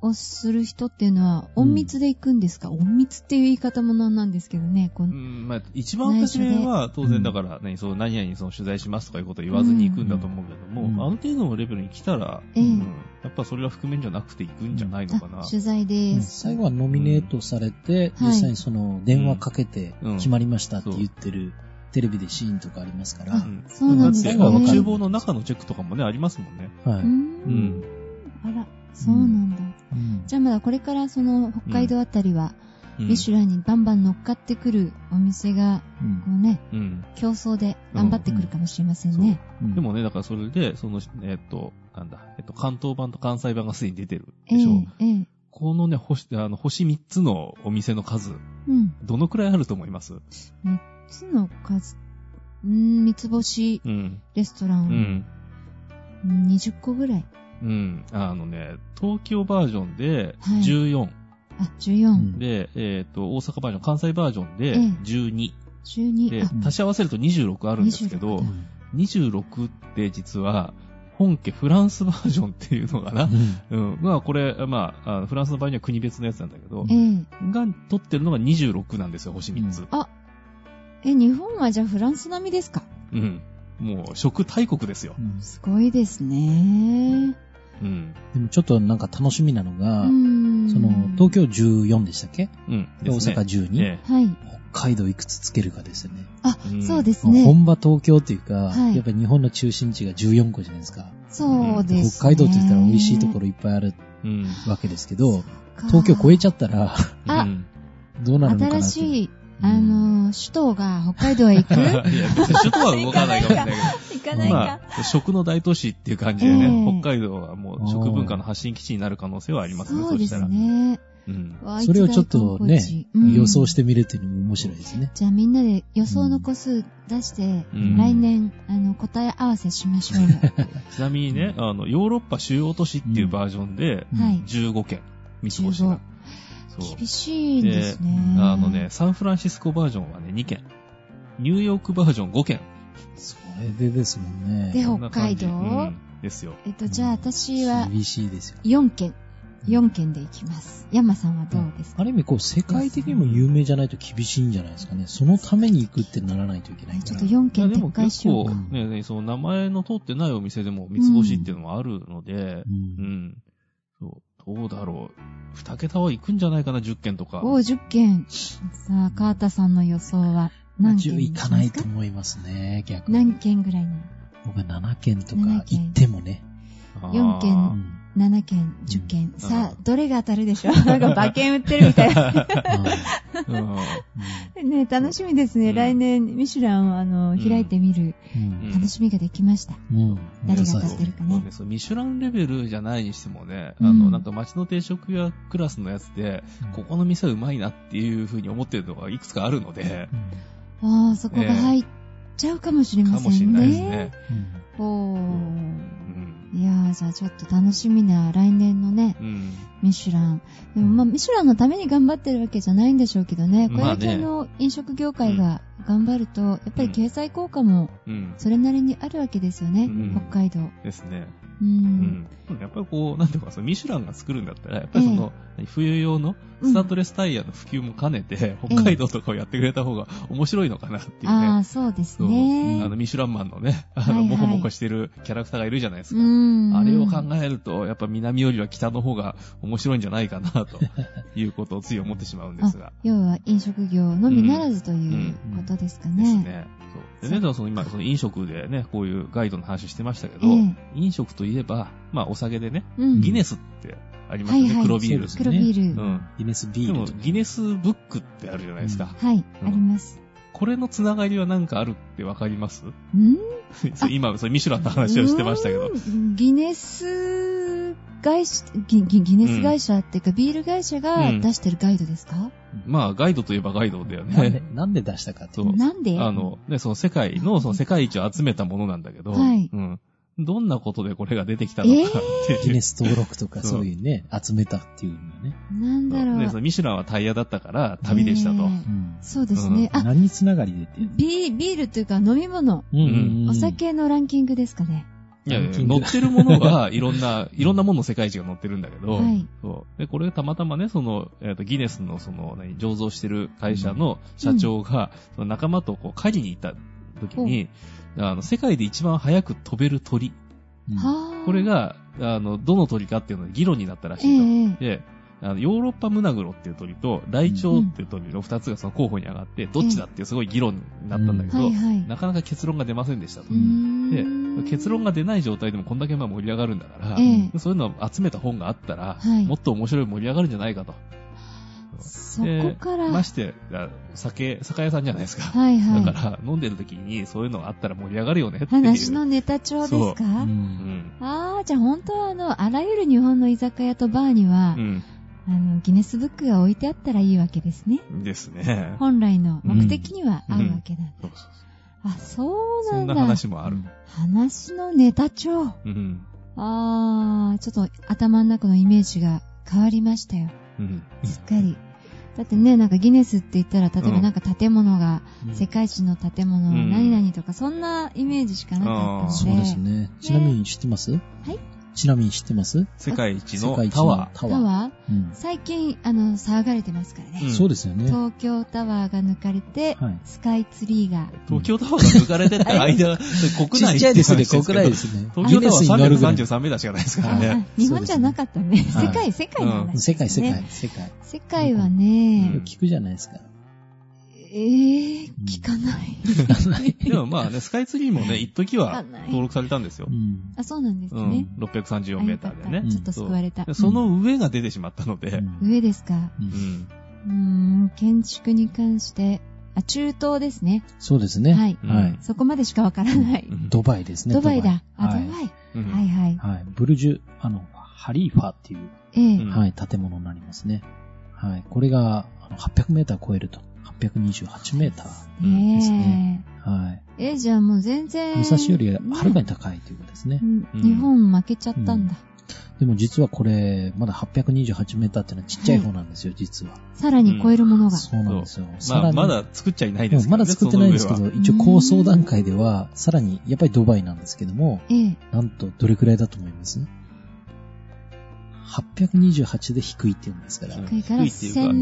Speaker 1: をする人っていうのは、隠密で行くんですか、隠密っていう言い方もなんなんですけどね。こう
Speaker 2: うんまあ、一番初めは、当然だから、何、そう、何々その取材しますとかいうことを言わずに行くんだと思うけども、
Speaker 3: うん
Speaker 2: ある程度のレベルに来たら、
Speaker 1: ええ
Speaker 2: うんやっぱそれは覆面じゃなくて行くんじゃないのかな
Speaker 1: あ。取材
Speaker 3: う
Speaker 1: で
Speaker 3: ん
Speaker 1: す。
Speaker 3: 最後はノミネートされて、
Speaker 1: うん
Speaker 3: 実際にその電話かけて
Speaker 2: うん
Speaker 3: 決まりましたって言ってるテレビでシーンとかありますか
Speaker 1: あ
Speaker 3: ら、
Speaker 2: うん
Speaker 1: そうなんです
Speaker 2: だ
Speaker 1: ね
Speaker 2: って、あの厨房の中のチェックとかもね、ありますもんね。
Speaker 3: は
Speaker 1: う
Speaker 3: い
Speaker 1: ー。ん。あら、そうなんだ。
Speaker 3: うん
Speaker 1: じゃあまだこれからその北海道あたりは、
Speaker 2: うん
Speaker 1: ミシュランにバンバン乗っかってくるお店が、
Speaker 3: うん
Speaker 1: こうね、
Speaker 2: うん。
Speaker 1: 競争で頑張ってくるかもしれませんね。
Speaker 3: うん
Speaker 2: でもね、だからそれで、その、えっと、なんだ、えっと、関東版と関西版がすでに出てる
Speaker 1: え
Speaker 2: でしょ。
Speaker 1: え、ええ。
Speaker 2: このね、星、あの、星3つのお店の数、
Speaker 1: うん。
Speaker 2: どのくらいあると思います
Speaker 1: つの数、うーん、三つ星
Speaker 2: うん。
Speaker 1: レストラ
Speaker 2: う
Speaker 1: ン、
Speaker 2: ん。
Speaker 1: うん、20個ぐらい。
Speaker 2: うん。あのね、東京バージョンで
Speaker 1: はい
Speaker 2: 14。
Speaker 1: あ、14、
Speaker 3: うん
Speaker 2: で、えっ、と、大阪バージョン、関西バージョンで
Speaker 1: ええ
Speaker 2: 12。
Speaker 1: 12、
Speaker 2: で
Speaker 1: あ、、
Speaker 2: 足し合わせると26あるんですけど
Speaker 1: 26、
Speaker 2: 26って実は、本家フランスバージョンっていうのかな
Speaker 3: う。ん
Speaker 2: うん。まあ、これ、まあ、あフランスの場合には国別のやつなんだけど
Speaker 1: え、え。
Speaker 2: が取ってるのが26なんですよ、星3つ。
Speaker 1: え、日本はじゃあフランス並みですか
Speaker 2: うん。もう、食大国ですよ
Speaker 3: う。ん
Speaker 1: すごいですね。
Speaker 2: うん。
Speaker 3: でもちょっとなんか楽しみなのが、
Speaker 1: うん。
Speaker 3: その、東京14でしたっけ
Speaker 2: うん。
Speaker 3: で大阪12、
Speaker 2: ね。
Speaker 1: はい。
Speaker 3: 北海道いくつつけるかですよね。
Speaker 1: あ、
Speaker 2: うん
Speaker 1: そうですね。
Speaker 3: 本場東京っていうか、
Speaker 1: はい
Speaker 3: やっぱり日本の中心地が14個じゃないですか。
Speaker 1: そうです、ね。
Speaker 3: 北海道って言ったら美味しいところいっぱいある
Speaker 2: えうん。
Speaker 3: わけですけど、東京越えちゃったら
Speaker 1: あ
Speaker 2: うん
Speaker 3: どうなるのかな
Speaker 1: 新
Speaker 3: い。
Speaker 1: しい、
Speaker 3: うん
Speaker 1: あのー、首都が北海道へ行く
Speaker 2: いや、別に首都は動かないかもしれな
Speaker 1: 行
Speaker 2: い
Speaker 1: かな
Speaker 2: けど、
Speaker 1: いか。
Speaker 2: まあ、食の大都市っていう感じでね、
Speaker 1: ええ
Speaker 2: 北海道はもう食文化の発信基地になる可能性はありますね、
Speaker 1: そ
Speaker 2: そう
Speaker 1: で
Speaker 2: した
Speaker 1: す
Speaker 2: ら。
Speaker 1: ね。
Speaker 2: うん。
Speaker 1: わあ
Speaker 3: それをちょっとね
Speaker 1: 一大観光地うん
Speaker 3: 予想してみるっていうのも面白いですね。
Speaker 1: じゃあみんなで予想の個数出して、
Speaker 2: うん
Speaker 1: 来年、あの、答え合わせしましょうよ。
Speaker 2: ちなみにね、あの、ヨーロッパ主要都市っていうバージョンで、
Speaker 3: うん
Speaker 1: はい。
Speaker 2: 15県、三つ星が。そう。
Speaker 1: 厳しいですね。
Speaker 2: あのね、。サンフランシスコバージョンはね、2件。ニューヨークバージョン5件。
Speaker 3: それでですもんね。
Speaker 1: で
Speaker 2: こんな感じ
Speaker 1: 北海道
Speaker 2: うんですよ。
Speaker 1: えっと、じゃあ私は
Speaker 3: 厳しいですよ。
Speaker 1: 4件、4件で行きます。山さんはどうですか、
Speaker 3: ある意味こう世界的にも有名じゃないと厳しいんじゃないですかね。そのために行くってならないといけない
Speaker 1: ち
Speaker 3: か
Speaker 1: ょっ
Speaker 3: ら。
Speaker 1: と4
Speaker 2: いや
Speaker 1: 件
Speaker 2: でも
Speaker 1: 撤回し
Speaker 2: 結
Speaker 1: よう
Speaker 2: 構
Speaker 1: か。
Speaker 2: ね、その名前の通ってないお店でも三つ星っていうのはあるので
Speaker 3: う、
Speaker 2: うんん。そうどうだろう。二桁は行くんじゃないかな、10件とか。
Speaker 1: おお、10件。さあ、川田さんの予想は何
Speaker 3: 一
Speaker 1: 件
Speaker 3: 応
Speaker 1: にしま
Speaker 3: 行
Speaker 1: す
Speaker 3: か
Speaker 1: か
Speaker 3: ないと思いますね、逆
Speaker 1: 何
Speaker 3: に。
Speaker 1: 件ぐらいに
Speaker 3: 僕は7件と
Speaker 1: 7
Speaker 3: か
Speaker 1: 件
Speaker 3: 行ってもね。
Speaker 2: あー
Speaker 1: 4件
Speaker 3: う
Speaker 1: うん
Speaker 3: ん
Speaker 1: ?7 件、10件。
Speaker 2: ん
Speaker 1: さあ
Speaker 2: う、ん
Speaker 1: どれが当たるでしょう なんか馬券売ってるみたい な。
Speaker 3: はい
Speaker 2: うん
Speaker 1: ね楽しみですね。
Speaker 2: うん
Speaker 1: 来年、ミシュランをあの、
Speaker 2: ん
Speaker 1: 開いてみる
Speaker 3: うん
Speaker 1: 楽しみができました。
Speaker 3: うん
Speaker 1: 誰が
Speaker 3: そうで
Speaker 1: 立
Speaker 3: す
Speaker 1: ってるかね。
Speaker 2: そうミシュランレベルじゃないにしてもね、
Speaker 1: うん
Speaker 2: あの、なんか街の定食屋クラスのやつで、ここの店はうまいなっていうふうに思ってるのがいくつかあるので、
Speaker 3: うん
Speaker 1: ああ、そこが入っちゃうかもしれま
Speaker 2: か
Speaker 1: せんね。
Speaker 2: もしれないですね。
Speaker 1: おー
Speaker 2: うん。
Speaker 1: いやー、じゃあちょっと楽しみな来年のね、
Speaker 2: うん。
Speaker 1: ミシュラン。でもまあ、ミシュランのために頑張ってるわけじゃないんでしょうけどね、これだ
Speaker 2: まあ
Speaker 1: け
Speaker 2: ね
Speaker 1: の飲食業界が頑張ると、やっぱり経済効果も
Speaker 2: うん。
Speaker 1: それなりにあるわけですよね、
Speaker 2: うん
Speaker 1: 北海道。
Speaker 2: ですね。
Speaker 1: う。
Speaker 2: うんん。やっぱりこう、なんていうか、そのミシュランが作るんだったら、やっぱりその、冬用のスタッドレスタイヤの普及も兼ねて、北海道とかをやってくれた方が面白いのかなっていうね。
Speaker 1: ああ、そうです
Speaker 2: そう、あ
Speaker 1: ね。
Speaker 2: の、ミシュランマンのね、あ
Speaker 1: はいは
Speaker 2: の、
Speaker 1: い
Speaker 2: モコモコしてるキャラクターがいるじゃないですか。
Speaker 1: ん
Speaker 2: あれを考えると、やっぱ南よりは北の方が面白いんじゃないかな、ということをつい思ってしまうんです が。
Speaker 1: 要は飲食業のみならずということですか
Speaker 2: で
Speaker 1: ね。
Speaker 2: すね。そう。でね、でもその今、その飲食でね、こういうガイドの話してましたけど、
Speaker 1: ええ
Speaker 2: 飲食といえば、まあお酒でね、
Speaker 1: うん
Speaker 2: ギネスってありますよね、
Speaker 1: はいはい
Speaker 2: 黒ビール。
Speaker 3: そう
Speaker 1: 黒ビー
Speaker 2: う
Speaker 1: ル。
Speaker 2: ん。
Speaker 3: ギネスビ
Speaker 2: で
Speaker 3: ー
Speaker 2: も
Speaker 3: ルと。、
Speaker 2: ギネスブックってあるじゃないですか。
Speaker 1: はい、
Speaker 2: うん
Speaker 1: あります。
Speaker 2: これのつながりはなんかあるってわかります
Speaker 1: ん
Speaker 2: そう今、それミシュランの話をしてましたけど
Speaker 1: う。ーんギネス会社ギギギネス会社っていうか、ビール会社が出してるガイドですか、
Speaker 2: まあ、ガイドといえばガイドだよ
Speaker 3: なんで
Speaker 2: ね。
Speaker 3: なんで出したかと
Speaker 2: そう。
Speaker 1: なんで
Speaker 2: あの、ね、その世界の、その世界一を集めたものなんだけど、
Speaker 1: はい
Speaker 2: うん。どんなことでこれが出てきたのかっていう。
Speaker 3: ギネス登録とか
Speaker 2: そう
Speaker 3: そういうね、集めたっていうのね。
Speaker 1: なんだろう、
Speaker 2: ね、そのミシュランはタイヤだったから、旅でしたと。
Speaker 1: ねえ
Speaker 3: うん
Speaker 1: そうですね、あ
Speaker 3: 何つながりでって。
Speaker 1: ビビールというか飲み物、
Speaker 3: うんうんうん
Speaker 1: お。酒のランキングですかね、
Speaker 2: いやいや
Speaker 3: ランキング
Speaker 2: 乗ってるものは、いろんな、いろんなものの世界一が乗ってるんだけど、
Speaker 1: はい
Speaker 2: そう。で、これがたまたまね、その、えっ、と、ギネスの、その、何、醸造してる会社の社長が、その仲間とこう、狩りに行った時に、あの、世界で一番早く飛べる鳥。
Speaker 3: うん
Speaker 1: はあ
Speaker 2: これが、あの、どの鳥かっていうのが議論になったらし
Speaker 1: ええ
Speaker 2: いと。
Speaker 1: ええ
Speaker 2: で、あの、ヨーロッパムナグロっていう鳥と、ライチョウっていう鳥の二つがその候補に上がって、どっちだっていうすごい議論になったんだけど、
Speaker 1: はいはい
Speaker 2: なかなか結論が出ませんでしたと
Speaker 1: うー。ん
Speaker 2: で、結論が出ない状態でもこんだけまあ盛り上がるんだから、
Speaker 1: ええ
Speaker 2: そういうのを集めた本があったら、
Speaker 1: はい
Speaker 2: もっと面白い盛り上がるんじゃないかと。
Speaker 1: そこから、
Speaker 2: まして、あ酒、酒屋さんじゃないですか。
Speaker 1: はいはい
Speaker 2: だから、飲んでる時にそういうのがあったら盛り上がるよねっていう。
Speaker 1: 話のネタ帳ですか、
Speaker 3: う
Speaker 2: うんん。
Speaker 1: ああじゃあ本当はあのあらゆる日本の居酒屋とバーには、
Speaker 2: う
Speaker 1: あの、ギネスブックが置いてあったらいいわけですね。
Speaker 2: ん。ですね。
Speaker 1: 本来の目的には
Speaker 2: うん
Speaker 1: 合うわけなんだ。
Speaker 2: そうそう
Speaker 1: あ、そう
Speaker 2: そうそ
Speaker 1: なんん
Speaker 2: な
Speaker 1: だ。
Speaker 2: 話もある。
Speaker 1: 話のネタ帳。
Speaker 2: うん。
Speaker 1: あー、ちょっと頭の中のイメージが変わりましたよ。
Speaker 2: うん。
Speaker 1: すっかり。だってね、なんかギネスって言ったら、例えばなんか建物が、
Speaker 3: うん
Speaker 1: 世界一の建物は何々とか、そんなイメージしかなかった
Speaker 2: あー
Speaker 3: そう
Speaker 1: ので。
Speaker 3: ですね。ちなみに知ってますはいちなみに知ってます
Speaker 2: 世界一
Speaker 3: 世
Speaker 2: の
Speaker 3: 界一
Speaker 2: タワー。
Speaker 1: タ
Speaker 3: タワー。
Speaker 1: ワー
Speaker 3: うん
Speaker 1: 最近、あの、騒がれてますからね。
Speaker 2: うん
Speaker 3: そうですよね。
Speaker 1: 東京タワーが抜かれて、
Speaker 3: はい
Speaker 1: スカイツリーが
Speaker 2: 東京タワーが抜かれてった間、国内
Speaker 3: ちっちゃいですね、
Speaker 2: って話
Speaker 3: 国
Speaker 2: けど
Speaker 3: 内で。すね。
Speaker 2: 東京タワ
Speaker 3: ギネスに乗る
Speaker 2: ー
Speaker 3: ぐらい
Speaker 2: 333名だしかないですから
Speaker 1: あ
Speaker 2: ね。
Speaker 1: 日本じゃなかったね。
Speaker 3: そうですね
Speaker 1: 世界、世界の話、ね
Speaker 3: 世界、世界、世界。
Speaker 1: 世界は
Speaker 2: う
Speaker 1: ね、
Speaker 2: ん
Speaker 3: 聞くじゃないですか。
Speaker 1: えー、聞かない。
Speaker 2: でもまあね、スカイツリーもね、一時は
Speaker 1: わかんない
Speaker 2: 登録されたんですよ
Speaker 3: う。ん
Speaker 1: あ、そうなんです
Speaker 2: う
Speaker 1: ね
Speaker 2: ん。。634メーターで
Speaker 1: あよかった。
Speaker 2: ね
Speaker 1: ちょっと救われた
Speaker 2: で。その上が出てしまったので、
Speaker 3: うん
Speaker 1: 上ですか。
Speaker 3: う
Speaker 2: うんん。
Speaker 1: うーん、建築に関して、あ、中東ですね。
Speaker 3: そうですね。
Speaker 1: はい
Speaker 3: はい
Speaker 1: そこまでしかわからない。
Speaker 2: うん
Speaker 3: ドバイですね。
Speaker 1: ドバイだ。あ、
Speaker 3: は
Speaker 1: ド
Speaker 3: い
Speaker 1: バイ。
Speaker 2: うん
Speaker 1: はいはい。
Speaker 3: はい。ブルジュ、あの、ハリーファっていう、
Speaker 1: ええ
Speaker 2: うん
Speaker 3: はい、建物になりますね。はい。これが、あの800メーター超えると。828メータ
Speaker 2: うん
Speaker 3: です
Speaker 1: ね
Speaker 3: ねー。はい。
Speaker 1: え。え、じゃあもう全然。
Speaker 3: 武蔵よりはるか
Speaker 1: ね
Speaker 3: に高いということですね
Speaker 1: う。ん
Speaker 2: うん
Speaker 1: 日本負けちゃったんだ。
Speaker 3: でも実はこれ、まだ828メーターってのはちっちゃい方なんですよ、実は。
Speaker 1: さらに超えるものが。
Speaker 3: そうなんですよ。さ
Speaker 2: ま
Speaker 3: ら
Speaker 2: あ、
Speaker 3: に
Speaker 2: まだ作っちゃいないです
Speaker 3: う
Speaker 2: けど
Speaker 3: んま
Speaker 2: ね
Speaker 3: だ作ってないんですけ
Speaker 2: その
Speaker 3: ど、一応構想段階では、さらに、やっぱりドバイなんですけども、
Speaker 1: ええ。
Speaker 3: なんとどれくらいだと思います ?828 で低いって言うんですから、
Speaker 2: うん
Speaker 1: 低いから
Speaker 2: 低いっていうか
Speaker 1: 1000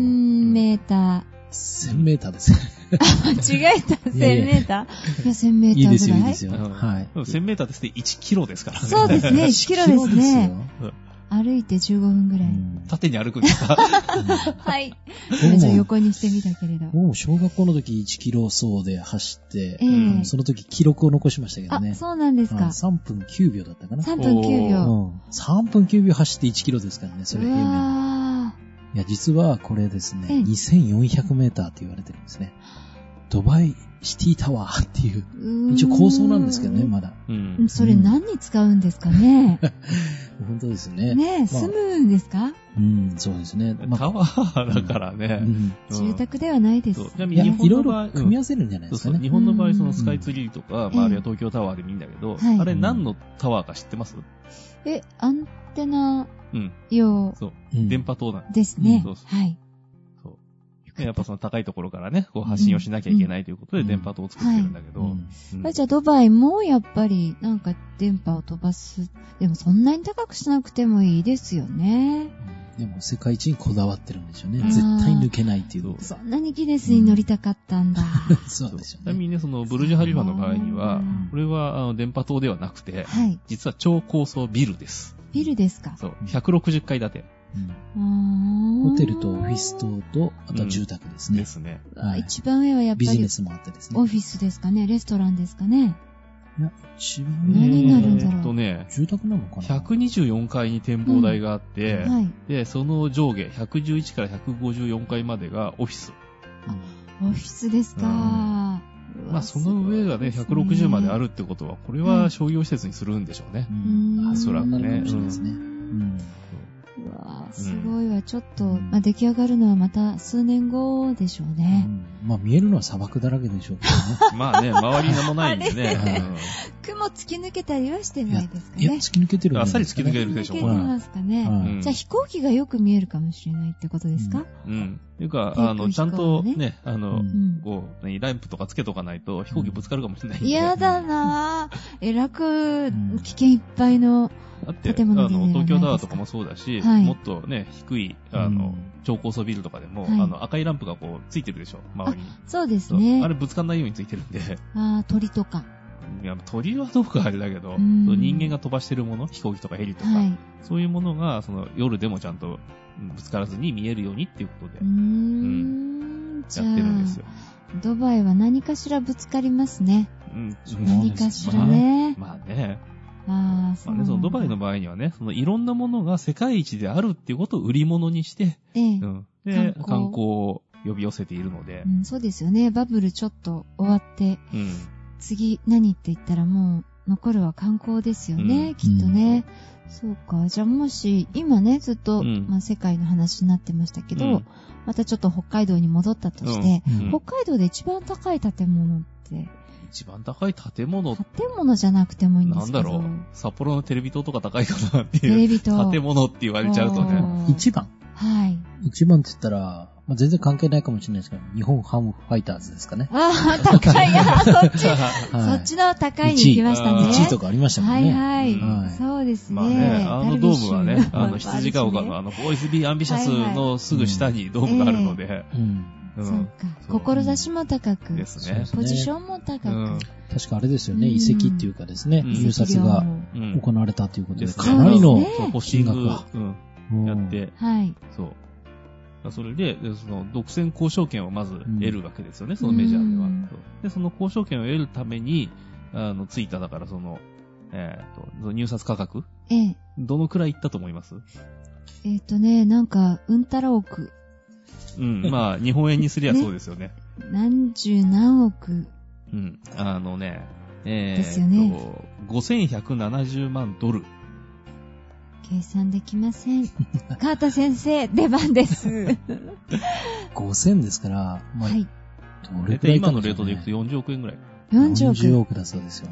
Speaker 1: メータ
Speaker 3: 1000メーターです。
Speaker 1: ー。間違えた、1000
Speaker 3: いやいや
Speaker 1: メーター。いや、1000メーターぐらい。
Speaker 3: いいですよ、いいですよ。
Speaker 2: 上は
Speaker 3: はい。
Speaker 2: うん1000メーターって1キロですからね。
Speaker 1: そうですね、1キロですね。歩いて15分ぐ
Speaker 3: う
Speaker 1: らい。
Speaker 3: ん
Speaker 2: 縦に歩くんですか
Speaker 1: はい。
Speaker 3: 僕
Speaker 1: ちょっと
Speaker 3: も
Speaker 1: 横にしてみたけれど。
Speaker 3: 僕も小学校の時1キロ走で走って
Speaker 1: え、え
Speaker 2: うん
Speaker 3: その時記録を残しましたけど
Speaker 1: あ、
Speaker 3: ね。
Speaker 1: そうなんです
Speaker 3: うん
Speaker 1: か。
Speaker 3: 3分9秒だったかな。
Speaker 1: 3分9
Speaker 2: お
Speaker 1: 秒。
Speaker 3: うん3分9秒走って1キロですからね、それ
Speaker 1: う
Speaker 3: 平年。
Speaker 1: わ
Speaker 3: いや、実はこれですね、
Speaker 1: うん
Speaker 3: 2400メーターって言われてるんですね。
Speaker 1: ー。
Speaker 3: ドバイシティタワーっていう、一応構想なんですけどね、まだ。
Speaker 2: うん。
Speaker 1: それ何に使うんですか ね。
Speaker 3: 本当ですね。
Speaker 1: ねえ、
Speaker 3: まあ
Speaker 1: 住むんですか
Speaker 3: うん、そうですね。あ
Speaker 2: タワーだから
Speaker 3: う
Speaker 2: ね。
Speaker 3: ん
Speaker 2: うん
Speaker 1: 住宅ではないです
Speaker 2: そう。じゃあ
Speaker 3: いや、
Speaker 2: 日本の
Speaker 3: いろい
Speaker 2: 場合う
Speaker 3: ろ
Speaker 2: ん
Speaker 3: 組み合わせるんじゃない
Speaker 2: そ
Speaker 3: で
Speaker 2: う
Speaker 3: すか
Speaker 2: そう
Speaker 3: ね。
Speaker 2: 日本の場合、そ
Speaker 1: うん
Speaker 2: のスカイツリーとか、まあ、あるいは東京タワーでもいいんだけど、
Speaker 1: はい
Speaker 2: あれ何のタワーか知ってます
Speaker 1: え、アンテナ
Speaker 2: うん。
Speaker 1: 用
Speaker 2: そう。
Speaker 3: うん
Speaker 2: 電波塔なん
Speaker 1: ですね
Speaker 2: うんそう。そ
Speaker 1: はい。
Speaker 2: そう
Speaker 1: よかった
Speaker 2: ねやっぱその高いところからね、こう発信をしなきゃいけないということ
Speaker 3: う
Speaker 2: で
Speaker 3: ん
Speaker 2: 電波塔を作ってるんだけ
Speaker 3: う
Speaker 2: ど。
Speaker 3: ん
Speaker 2: うん
Speaker 1: あじゃあドバイもやっぱりなんか電波を飛ばす。でもそんなに高くしなくてもいいですよね。
Speaker 3: でも世界一にこだわってるんでしょうね
Speaker 1: あ。ー
Speaker 3: 絶対抜けないっていう。
Speaker 1: そんなにギネスに乗りたかったんだ。
Speaker 3: そう
Speaker 2: そう
Speaker 3: です
Speaker 2: ち
Speaker 3: よ
Speaker 2: なみ
Speaker 3: ね。
Speaker 2: にね、そのブルジュ・ハリファの場合には
Speaker 1: うん、
Speaker 2: これはあの電波塔ではなくて、
Speaker 1: はい。
Speaker 2: 実は超高層ビルです。
Speaker 1: ビルですか。
Speaker 2: そう。160階建て
Speaker 3: うん
Speaker 1: ホ
Speaker 3: ホテルとオフィス棟と、あとは住宅です
Speaker 2: で
Speaker 3: ね。
Speaker 2: すね。
Speaker 3: はい
Speaker 1: 一番上はやっ
Speaker 3: ビ
Speaker 1: ぱ
Speaker 3: ジ
Speaker 1: り
Speaker 3: ネスもあってです
Speaker 1: オ
Speaker 3: ね。
Speaker 1: フィスですかね、レストランですかね。
Speaker 3: 一
Speaker 1: 何
Speaker 3: 番
Speaker 1: になるんだろう
Speaker 2: えーっとね、
Speaker 3: 住宅なのかな
Speaker 2: 124階に展望台があって、
Speaker 1: はい。
Speaker 2: で、その上下111から154階までがオフィス。
Speaker 1: オフィスですか。
Speaker 2: うん
Speaker 1: うわ
Speaker 2: まあその上がね、
Speaker 1: すごいです
Speaker 2: 160まであるってことは、これは商業施設にするんでしょうね
Speaker 3: う。
Speaker 1: うん
Speaker 3: ん。あ
Speaker 2: おそらくね
Speaker 3: そうなるかもしれないですね。
Speaker 1: う
Speaker 3: うん。
Speaker 1: うわすごいわ。ちょっと、まあ出来上がるのはまた数年後でしょう
Speaker 3: う
Speaker 1: ね。
Speaker 3: んまあ見えるのは砂漠だらけでしょうけ
Speaker 2: まあね、周り何もないん でね。
Speaker 1: 雲突き抜けたりはしてないですか
Speaker 3: どね。いや、
Speaker 1: ね。
Speaker 3: 突き抜けてるんじゃ
Speaker 2: あっ
Speaker 3: な
Speaker 2: さ
Speaker 3: い
Speaker 2: り
Speaker 3: です
Speaker 2: 突
Speaker 3: か
Speaker 2: き
Speaker 3: ね
Speaker 2: 抜けるでしょ
Speaker 1: 突き
Speaker 2: う
Speaker 1: 抜け
Speaker 2: が。
Speaker 1: てますかね。
Speaker 3: はい
Speaker 2: うん
Speaker 1: じゃあ飛行機がよく見えるかもしれないってことですか、
Speaker 2: うん。っていうか、
Speaker 1: 低空
Speaker 2: あの、
Speaker 1: 飛
Speaker 2: ちゃ
Speaker 1: 行
Speaker 2: ん
Speaker 1: の
Speaker 2: と
Speaker 1: ね
Speaker 2: ね、あ
Speaker 3: う
Speaker 2: の、
Speaker 3: ん
Speaker 1: うん
Speaker 2: こう、何ランプとかつけとかないと飛行機ぶつかるかもしれないんで。
Speaker 1: 嫌だなぁ。えらく危険いっぱいの。
Speaker 2: だって、あ
Speaker 1: 建物
Speaker 2: の、
Speaker 1: でね
Speaker 2: 東京タワーとかもそうだし、
Speaker 1: はい
Speaker 2: もっとね、低い、あの、超高層ビルとかでも、
Speaker 1: はい
Speaker 2: あの、赤いランプがこう、ついてるでしょ、周りに。
Speaker 1: そうです
Speaker 2: そう
Speaker 1: ね。
Speaker 2: あれぶつかんないようについてるんで、
Speaker 1: あー鳥とか。
Speaker 2: いや鳥はどうかあれだけど、
Speaker 1: うん
Speaker 2: そう人間が飛ばしてるもの、飛行機とかヘリとか、
Speaker 1: はい。
Speaker 2: そういうものが、その、夜でもちゃんとうんぶつからずに見えるようにっていうことで
Speaker 1: うー、ん。じゃ
Speaker 2: やってるんです
Speaker 1: あ
Speaker 2: よ。、
Speaker 1: ドバイは何かしらぶつかりますね。
Speaker 2: うん。
Speaker 3: そうなん
Speaker 1: 何
Speaker 3: です
Speaker 1: かしらね。
Speaker 2: まあね、
Speaker 1: ああ、そ
Speaker 2: ま
Speaker 1: うな
Speaker 2: あ
Speaker 1: んだ。
Speaker 2: ね、そのドバイの場合にはね、そのいろんなものが世界一であるっていうことを売り物にして、
Speaker 1: ええ
Speaker 2: うん。で、
Speaker 1: 観光
Speaker 2: 観光を呼び寄せているので
Speaker 1: う、んそうですよね。バブルちょっと終わって、
Speaker 2: うん。
Speaker 1: 次何って言ったらもう残るは観光ですよね、
Speaker 2: うん
Speaker 1: きっとね。そうか。じゃあもし、今ね、ずっと、
Speaker 2: うん
Speaker 1: まあ、世界の話になってましたけど、
Speaker 2: うん
Speaker 1: またちょっと北海道に戻ったとして、
Speaker 3: うん
Speaker 2: うん
Speaker 1: 北海道で一番高い建物って、
Speaker 2: 一番高い建物、
Speaker 1: 建物じゃなくてもいいんで
Speaker 2: な
Speaker 1: す
Speaker 2: ん
Speaker 1: けど
Speaker 2: だろう。札幌のテレビ塔とか高いかなって
Speaker 1: テ
Speaker 2: いう。
Speaker 1: レビと。
Speaker 2: 建物って言われちゃうと ね。
Speaker 1: おー
Speaker 3: 一番。
Speaker 1: はい。
Speaker 3: 一番って言ったら、まあ、全然関係ないかもしれないですけど、日本ハムファイターズですかね。
Speaker 1: ああ、高い。 あーそっち、そ
Speaker 3: は
Speaker 1: っちの高いに行きましたね。
Speaker 2: 一
Speaker 3: 1位とかありましたもん
Speaker 1: はい
Speaker 3: ね。
Speaker 1: はい、
Speaker 3: はい
Speaker 1: そうですね。
Speaker 2: まあね、あ
Speaker 1: ダ
Speaker 2: の
Speaker 1: ルビ
Speaker 2: ド
Speaker 1: ッ
Speaker 2: ー
Speaker 1: シュ
Speaker 2: ムは
Speaker 1: の
Speaker 2: ね、あ
Speaker 1: パ
Speaker 2: の
Speaker 1: ークあるし
Speaker 2: 羊ヶ丘のあの、ボーイズビーアンビシャスのすぐ下にドームがあるので、
Speaker 3: うん。
Speaker 2: う。
Speaker 1: そうんか。志も高く、
Speaker 2: ですね。
Speaker 1: ポジションも高く、
Speaker 2: うん
Speaker 3: 確かあれですよね、
Speaker 1: うん
Speaker 3: 遺跡っていうかですね、
Speaker 2: うん
Speaker 3: 入札
Speaker 1: 量
Speaker 3: が
Speaker 1: も
Speaker 2: うん。
Speaker 3: 行われたということ
Speaker 2: で
Speaker 3: で、
Speaker 2: すね
Speaker 3: かなりの、
Speaker 1: ね
Speaker 2: そう、ポッシン
Speaker 3: 金
Speaker 2: グ
Speaker 3: 額は、
Speaker 2: うん
Speaker 3: うん
Speaker 2: やって、
Speaker 1: はい。
Speaker 2: そう。だそれで、でその、独占交渉権をまず
Speaker 3: ん
Speaker 2: 得るわけですよね、そのメジャーでは
Speaker 1: うん。
Speaker 2: そうで、その交渉権を得るために、あの、ついた、だからその、えっと、その入札価格
Speaker 1: ええ。
Speaker 2: どのくらいいったと思います
Speaker 1: えっ、とね、なんか、うんたら億、
Speaker 2: うん、まあ、日本円にすりゃそうですよね。
Speaker 1: 何十何億、
Speaker 2: うん。あのね、え
Speaker 1: で
Speaker 2: ー、
Speaker 1: すよね
Speaker 2: と、5170万ドル。
Speaker 1: 計算できませ ん。カータ先生、出番です。
Speaker 3: 5000ですから、ま
Speaker 1: は、
Speaker 3: あ
Speaker 1: い。
Speaker 3: ど
Speaker 2: 大体
Speaker 3: れくらいか
Speaker 2: 今
Speaker 3: も
Speaker 2: の
Speaker 3: し
Speaker 2: レー
Speaker 3: れな
Speaker 2: トでいくと40億円ぐらい。
Speaker 1: 40億。
Speaker 3: 40億だそうですよ。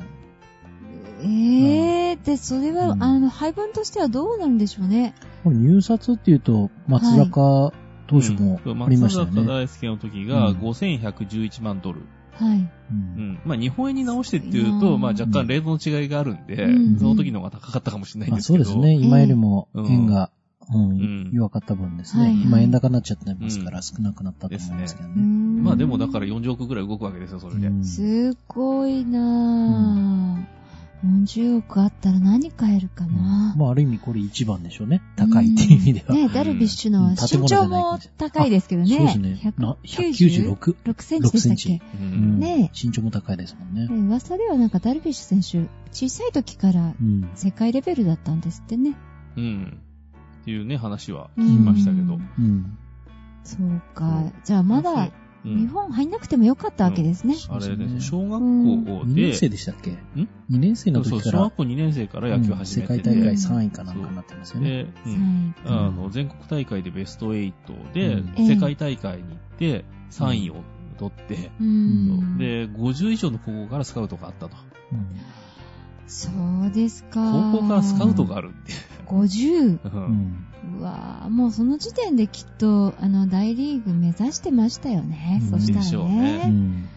Speaker 1: ええで、それは、
Speaker 3: うん
Speaker 1: あの、配分としてはどうなるんでしょうね。
Speaker 3: これ入札っていうと、松坂投手も
Speaker 2: うん
Speaker 3: ありましたよ
Speaker 2: 松坂
Speaker 3: ね。
Speaker 2: 大輔の時が
Speaker 3: うん
Speaker 2: 5111万ドル。
Speaker 1: はい。
Speaker 3: うん
Speaker 2: うん。まあ、日本円に直してって
Speaker 1: う
Speaker 2: い
Speaker 1: ん
Speaker 2: うと、まあ、若干レートの違いがあるんで、
Speaker 1: うん
Speaker 2: その時の方が高かったかもしれないん
Speaker 3: まあ
Speaker 2: です
Speaker 3: そ
Speaker 2: け
Speaker 3: う
Speaker 2: ど。
Speaker 3: ですね、
Speaker 1: ん
Speaker 3: 今よりも
Speaker 2: うん
Speaker 3: 円が、うん
Speaker 2: ん
Speaker 3: 弱かった分です
Speaker 1: は
Speaker 3: ね
Speaker 1: い。
Speaker 3: 今円高になっちゃってますか
Speaker 2: う
Speaker 3: ら少なくなったと思うんですけど
Speaker 1: うー
Speaker 3: ね。
Speaker 1: ん
Speaker 2: まあ、でもだから40億ぐらい動くわけですよ、それで。
Speaker 3: うん
Speaker 1: すごいなぁ、40億あったら何買えるかな、
Speaker 3: まあある意味これ一番でしょうね。高いっていう意味では。
Speaker 1: ねダルビッシュのは
Speaker 3: うん
Speaker 1: 身長も高いですけどね。
Speaker 3: そうですね。な
Speaker 1: 196
Speaker 3: 196。
Speaker 1: センチでしたっ
Speaker 3: 6セン
Speaker 1: け
Speaker 3: チ、
Speaker 2: う
Speaker 3: うんん
Speaker 1: ね
Speaker 3: 身長も高いですもんね
Speaker 1: う。ん噂ではなんかダルビッシュ選手、小さい時から
Speaker 3: うん。
Speaker 1: 世界レベルだったんですってね。
Speaker 2: うん。っていうね、話は
Speaker 1: う
Speaker 2: 聞きましたけ
Speaker 1: ん
Speaker 2: ど。
Speaker 3: うん。
Speaker 1: そう
Speaker 2: う
Speaker 1: か
Speaker 2: ん。
Speaker 1: じゃあま
Speaker 2: そ
Speaker 1: だ
Speaker 2: う、うん
Speaker 1: 日本入んなくてもよかったわけですね。
Speaker 2: あれね、
Speaker 3: そ
Speaker 2: 小学校
Speaker 3: 2
Speaker 2: で、
Speaker 3: 年生でしたっけ
Speaker 2: ん
Speaker 3: ?2 年生の
Speaker 2: そう
Speaker 3: 時
Speaker 2: そ
Speaker 3: か
Speaker 2: う小
Speaker 3: ら
Speaker 2: 学、校2年生から
Speaker 3: う
Speaker 2: 野球
Speaker 3: ん
Speaker 2: 始
Speaker 3: 世
Speaker 2: めて
Speaker 3: 界
Speaker 2: て、
Speaker 3: 大会3位かなんかになってますよね。
Speaker 2: で、う
Speaker 1: うんん
Speaker 2: あの、全国大会でベスト8
Speaker 3: う
Speaker 2: で、
Speaker 1: ん
Speaker 2: 世界大会に行って、3位を取って、
Speaker 1: うん、
Speaker 2: で、50以上の高校からスカウトがあったと。
Speaker 3: うん
Speaker 1: そうですか。
Speaker 2: 高校からスカウトがあるって。
Speaker 1: 50。
Speaker 2: う
Speaker 3: うんん
Speaker 1: うわぁ、もうその時点できっと、あの、大リーグ目指してましたよね。
Speaker 3: う
Speaker 1: そ
Speaker 3: ん
Speaker 1: した
Speaker 2: でしょ
Speaker 1: ら
Speaker 2: う
Speaker 1: ね。
Speaker 2: ね
Speaker 3: うん